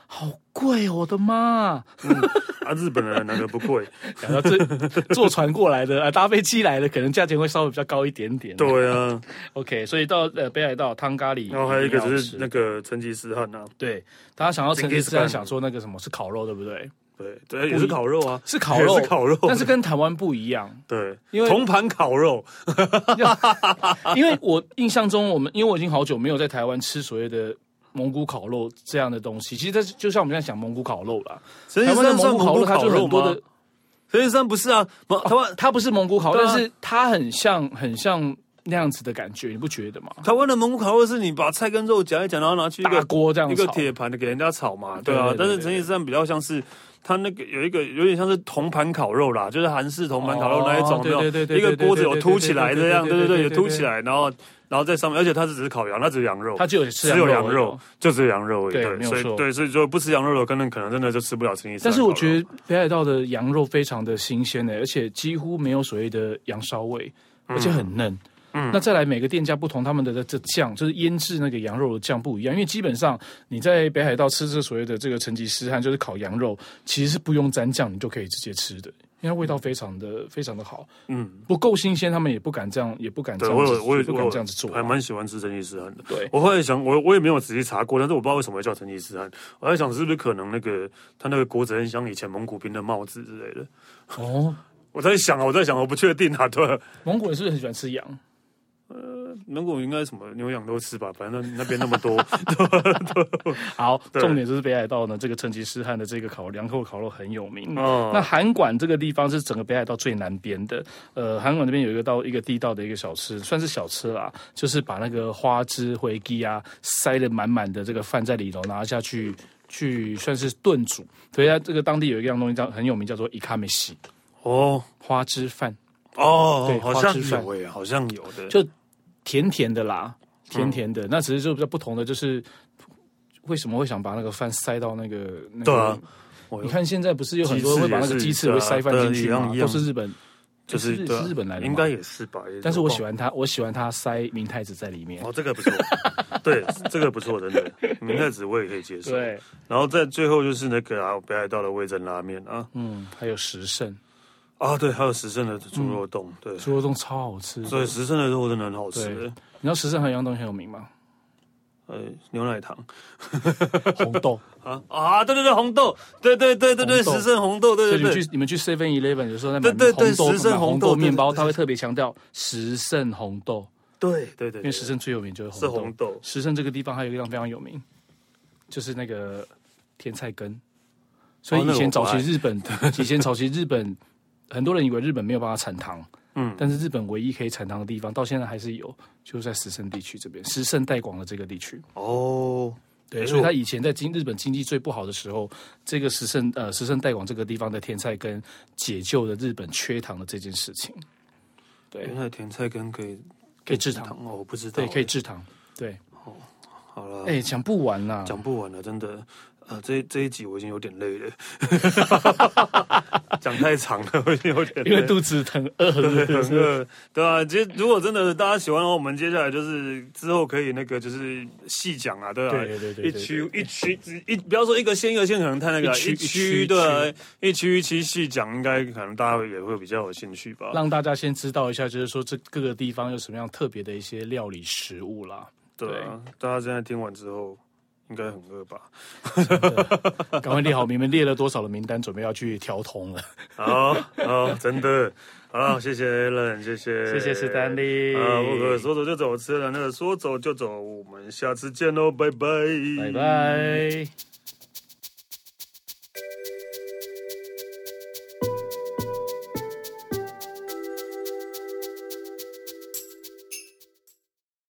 Speaker 2: 好贵哦，我的妈！
Speaker 1: 啊，日本人那个不 贵，
Speaker 2: 然后这坐船过来的，啊， 搭飞机来的，可能价钱会稍微比较高一点点。
Speaker 1: 对啊，
Speaker 2: OK，所以到呃北海道汤咖喱，
Speaker 1: 然后还有一个就
Speaker 2: 一定
Speaker 1: 是
Speaker 2: 要
Speaker 1: 那
Speaker 2: 吃
Speaker 1: 个成吉思汗啊，
Speaker 2: 对，大家想要成吉思
Speaker 1: Genghis Khan
Speaker 2: 汗，想说那个什么是烤肉，对不对？
Speaker 1: 对对，也是烤肉啊，
Speaker 2: 是烤 肉，
Speaker 1: 也是烤肉，，
Speaker 2: 但是跟台湾不一样
Speaker 1: 对，
Speaker 2: 因为
Speaker 1: 铜盘烤肉，
Speaker 2: 因为我印象中我们，因为我已经好久没有在台湾吃所谓的。蒙古烤肉这样的东西，其实它是就像我们现在讲蒙古烤肉啦，
Speaker 1: 成吉
Speaker 2: 台
Speaker 1: 思
Speaker 2: 湾的
Speaker 1: 汗算
Speaker 2: 蒙古
Speaker 1: 蒙古
Speaker 2: 烤肉它
Speaker 1: 烤
Speaker 2: 就
Speaker 1: 肉
Speaker 2: 很多
Speaker 1: 吗
Speaker 2: 的？，
Speaker 1: 成吉思汗不是啊，蒙台湾
Speaker 2: 它不是蒙古烤肉，
Speaker 1: 对啊
Speaker 2: 但是它很像很像那样子的感觉，你不觉得吗？
Speaker 1: 台湾的蒙古烤肉是你把菜跟肉夹一夹，然后拿去一
Speaker 2: 大
Speaker 1: 个
Speaker 2: 锅这样
Speaker 1: 一
Speaker 2: 炒
Speaker 1: 个铁盘的给人家炒嘛，对啊
Speaker 2: 对对对。
Speaker 1: 但是成吉思汗比较像是他那个有一个有点像是铜盘烤肉啦，就是韩式铜盘烤肉那一种，
Speaker 2: 哦
Speaker 1: 没有
Speaker 2: 对对对
Speaker 1: 一个锅子有凸起来
Speaker 2: 对对
Speaker 1: 这
Speaker 2: 对
Speaker 1: 样，
Speaker 2: 对
Speaker 1: 对对
Speaker 2: 对
Speaker 1: 对，有
Speaker 2: 对对
Speaker 1: 凸起来，然后然后在上面，而且它是只是烤羊，它只是羊肉，
Speaker 2: 它只有吃
Speaker 1: 只有羊
Speaker 2: 而已
Speaker 1: 肉，就只有羊肉而已，
Speaker 2: 对没有
Speaker 1: 所以
Speaker 2: 错
Speaker 1: 对，所以说不吃羊肉的，可能可能真的就吃不了成吉思汗。
Speaker 2: 但是我觉，得北海道的羊肉非常的新鲜呢、欸而且几乎没有所谓的羊骚味，而且很嫩。
Speaker 1: 嗯
Speaker 2: 那再来每个店家不同，他们的这酱就是腌制那个羊肉的酱不一样，因为基本上你在北海道吃这所谓的这个成吉思汗就是烤羊肉，其实是不用沾酱你就可以直接吃的，因为它味道非常的非常的好，
Speaker 1: 嗯，
Speaker 2: 不够新鲜他们也不敢这样，也不敢这
Speaker 1: 对
Speaker 2: 样
Speaker 1: 我
Speaker 2: 子
Speaker 1: 有我
Speaker 2: 做，也
Speaker 1: 有
Speaker 2: 不
Speaker 1: 我
Speaker 2: 敢
Speaker 1: 有
Speaker 2: 这样子做啊。
Speaker 1: 还蛮喜欢吃成吉思汗的。
Speaker 2: 对，
Speaker 1: 我后来想，我我也没有仔细查过，但是我不知道为什么会叫成吉思汗。我在想，是不是可能那个他那个国贼很像以前蒙古兵的帽子之类的。
Speaker 2: 哦，
Speaker 1: 我在想啊，我在想，我不确定啊。对，
Speaker 2: 蒙古人是不是很喜欢吃羊？
Speaker 1: 蒙古应该什么牛羊都吃吧，反正那边那么 多。
Speaker 2: 好，
Speaker 1: 对
Speaker 2: 重点就是北海道呢，这个成吉思汗的这个烤凉扣烤肉很有名。
Speaker 1: 哦
Speaker 2: 那函馆这个地方是整个北海道最南边的，呃，函馆那边有一个道一个地道的一个小吃，算是小吃啦，就是把那个花枝回鸡啊塞得满满的这个饭在里头，拿下去去算是炖煮。所以它这个当地有一样东西叫很有名，叫做伊卡美西
Speaker 1: 哦
Speaker 2: 花枝饭，
Speaker 1: 哦
Speaker 2: 对，
Speaker 1: 好
Speaker 2: 花
Speaker 1: 像
Speaker 2: 枝饭
Speaker 1: 有诶、欸好像有的。
Speaker 2: 就甜甜的啦，
Speaker 1: 嗯
Speaker 2: 甜甜的。那只是就比较不同的，就是为什么会想把那个饭塞到那个那个
Speaker 1: 对啊我
Speaker 2: 你看现在不是有很多人会把那个鸡翅会塞饭
Speaker 1: 啊
Speaker 2: 进去
Speaker 1: 鸡翅也是一样
Speaker 2: 吗？
Speaker 1: 一样
Speaker 2: 都是日本
Speaker 1: 就
Speaker 2: 诶是
Speaker 1: 是
Speaker 2: 日
Speaker 1: 对啊
Speaker 2: 是日本来的吗
Speaker 1: 应该也是吧。也
Speaker 2: 但是我喜
Speaker 1: 忘了
Speaker 2: 欢它，我喜欢它塞明太子在里面。
Speaker 1: 哦，这个不错，对，这个不错，真的，明太子我也可以接受。
Speaker 2: 对，
Speaker 1: 然后在最后就是那个啊，北海道的味噌拉面啊，
Speaker 2: 嗯，还有食胜
Speaker 1: 啊，对，还有时盛的猪肉冻，对，
Speaker 2: 嗯猪肉冻超好吃。
Speaker 1: 所以时盛的肉真的很好吃
Speaker 2: 对。你知道食胜还有一样东西很有名 吗？
Speaker 1: 呃，牛奶糖
Speaker 2: 红 豆。
Speaker 1: 啊啊，对对对，红豆，对对对对对，
Speaker 2: 红豆
Speaker 1: 时盛红豆，对
Speaker 2: 所以你
Speaker 1: 对
Speaker 2: 们
Speaker 1: 对，
Speaker 2: 去你们去 Seven Eleven 有时候在买
Speaker 1: 对对对
Speaker 2: 红豆
Speaker 1: 时盛
Speaker 2: 买
Speaker 1: 红
Speaker 2: 红
Speaker 1: 豆
Speaker 2: 豆面包，
Speaker 1: 对对对
Speaker 2: 它会特别强调时盛红豆，
Speaker 1: 对对对，
Speaker 2: 因为时盛最有名就是
Speaker 1: 是
Speaker 2: 红豆。
Speaker 1: 红豆
Speaker 2: 时盛这个地方还有一个地方非常有名，就是那个甜菜根。所
Speaker 1: 哦
Speaker 2: 以
Speaker 1: 那
Speaker 2: 以
Speaker 1: 个我
Speaker 2: 前
Speaker 1: 不
Speaker 2: 早期
Speaker 1: 爱
Speaker 2: 日 本，以前早期日本，很多人以为日本没有办法产糖，
Speaker 1: 嗯
Speaker 2: 嗯，但是日本唯一可以产糖的地方，到现在还是有，就是在石胜地区这边，石胜带广的这个地区。
Speaker 1: 哦，
Speaker 2: 对，
Speaker 1: 哎
Speaker 2: 所以他以前在经日本经济最不好的时候，这个石胜呃石胜代广这个地方的甜菜根解救了日本缺糖的这件事情，对
Speaker 1: 原，来甜菜根可以
Speaker 2: 可以制糖，
Speaker 1: 哦，我不知道，
Speaker 2: 对，可以制糖，对，
Speaker 1: 好了，
Speaker 2: 哎，讲不完啦，
Speaker 1: 讲不完了，真的。呃，这这一集我已经有点累了， 讲太长了，我已经有点累
Speaker 2: 因为肚子疼饿了，
Speaker 1: 很饿，对啊，其实如果真的大家喜欢的话，我们接下来就是之后可以那个就是细讲啊，对啊，
Speaker 2: 对对对对对
Speaker 1: 一区一区一不要说一个县一个县可能太那个啊，
Speaker 2: 一区
Speaker 1: 一
Speaker 2: 一
Speaker 1: 区
Speaker 2: 区
Speaker 1: 对啊，一区一区细讲，应该可能大家也会比较有兴趣吧。
Speaker 2: 让大家先知道一下，就是说这各个地方有什么样特别的一些料理食物啦，
Speaker 1: 对啊，大家现在听完之后应该很饿吧？
Speaker 2: 赶快列好你们列了多少的名单，准备要去调通了，
Speaker 1: 好，好，真的，好，谢谢 Allen，谢谢，
Speaker 2: 谢谢史丹利
Speaker 1: 啊，我可说走就走，吃了那个说走就走，我们下次见喽，拜拜，
Speaker 2: 拜。拜。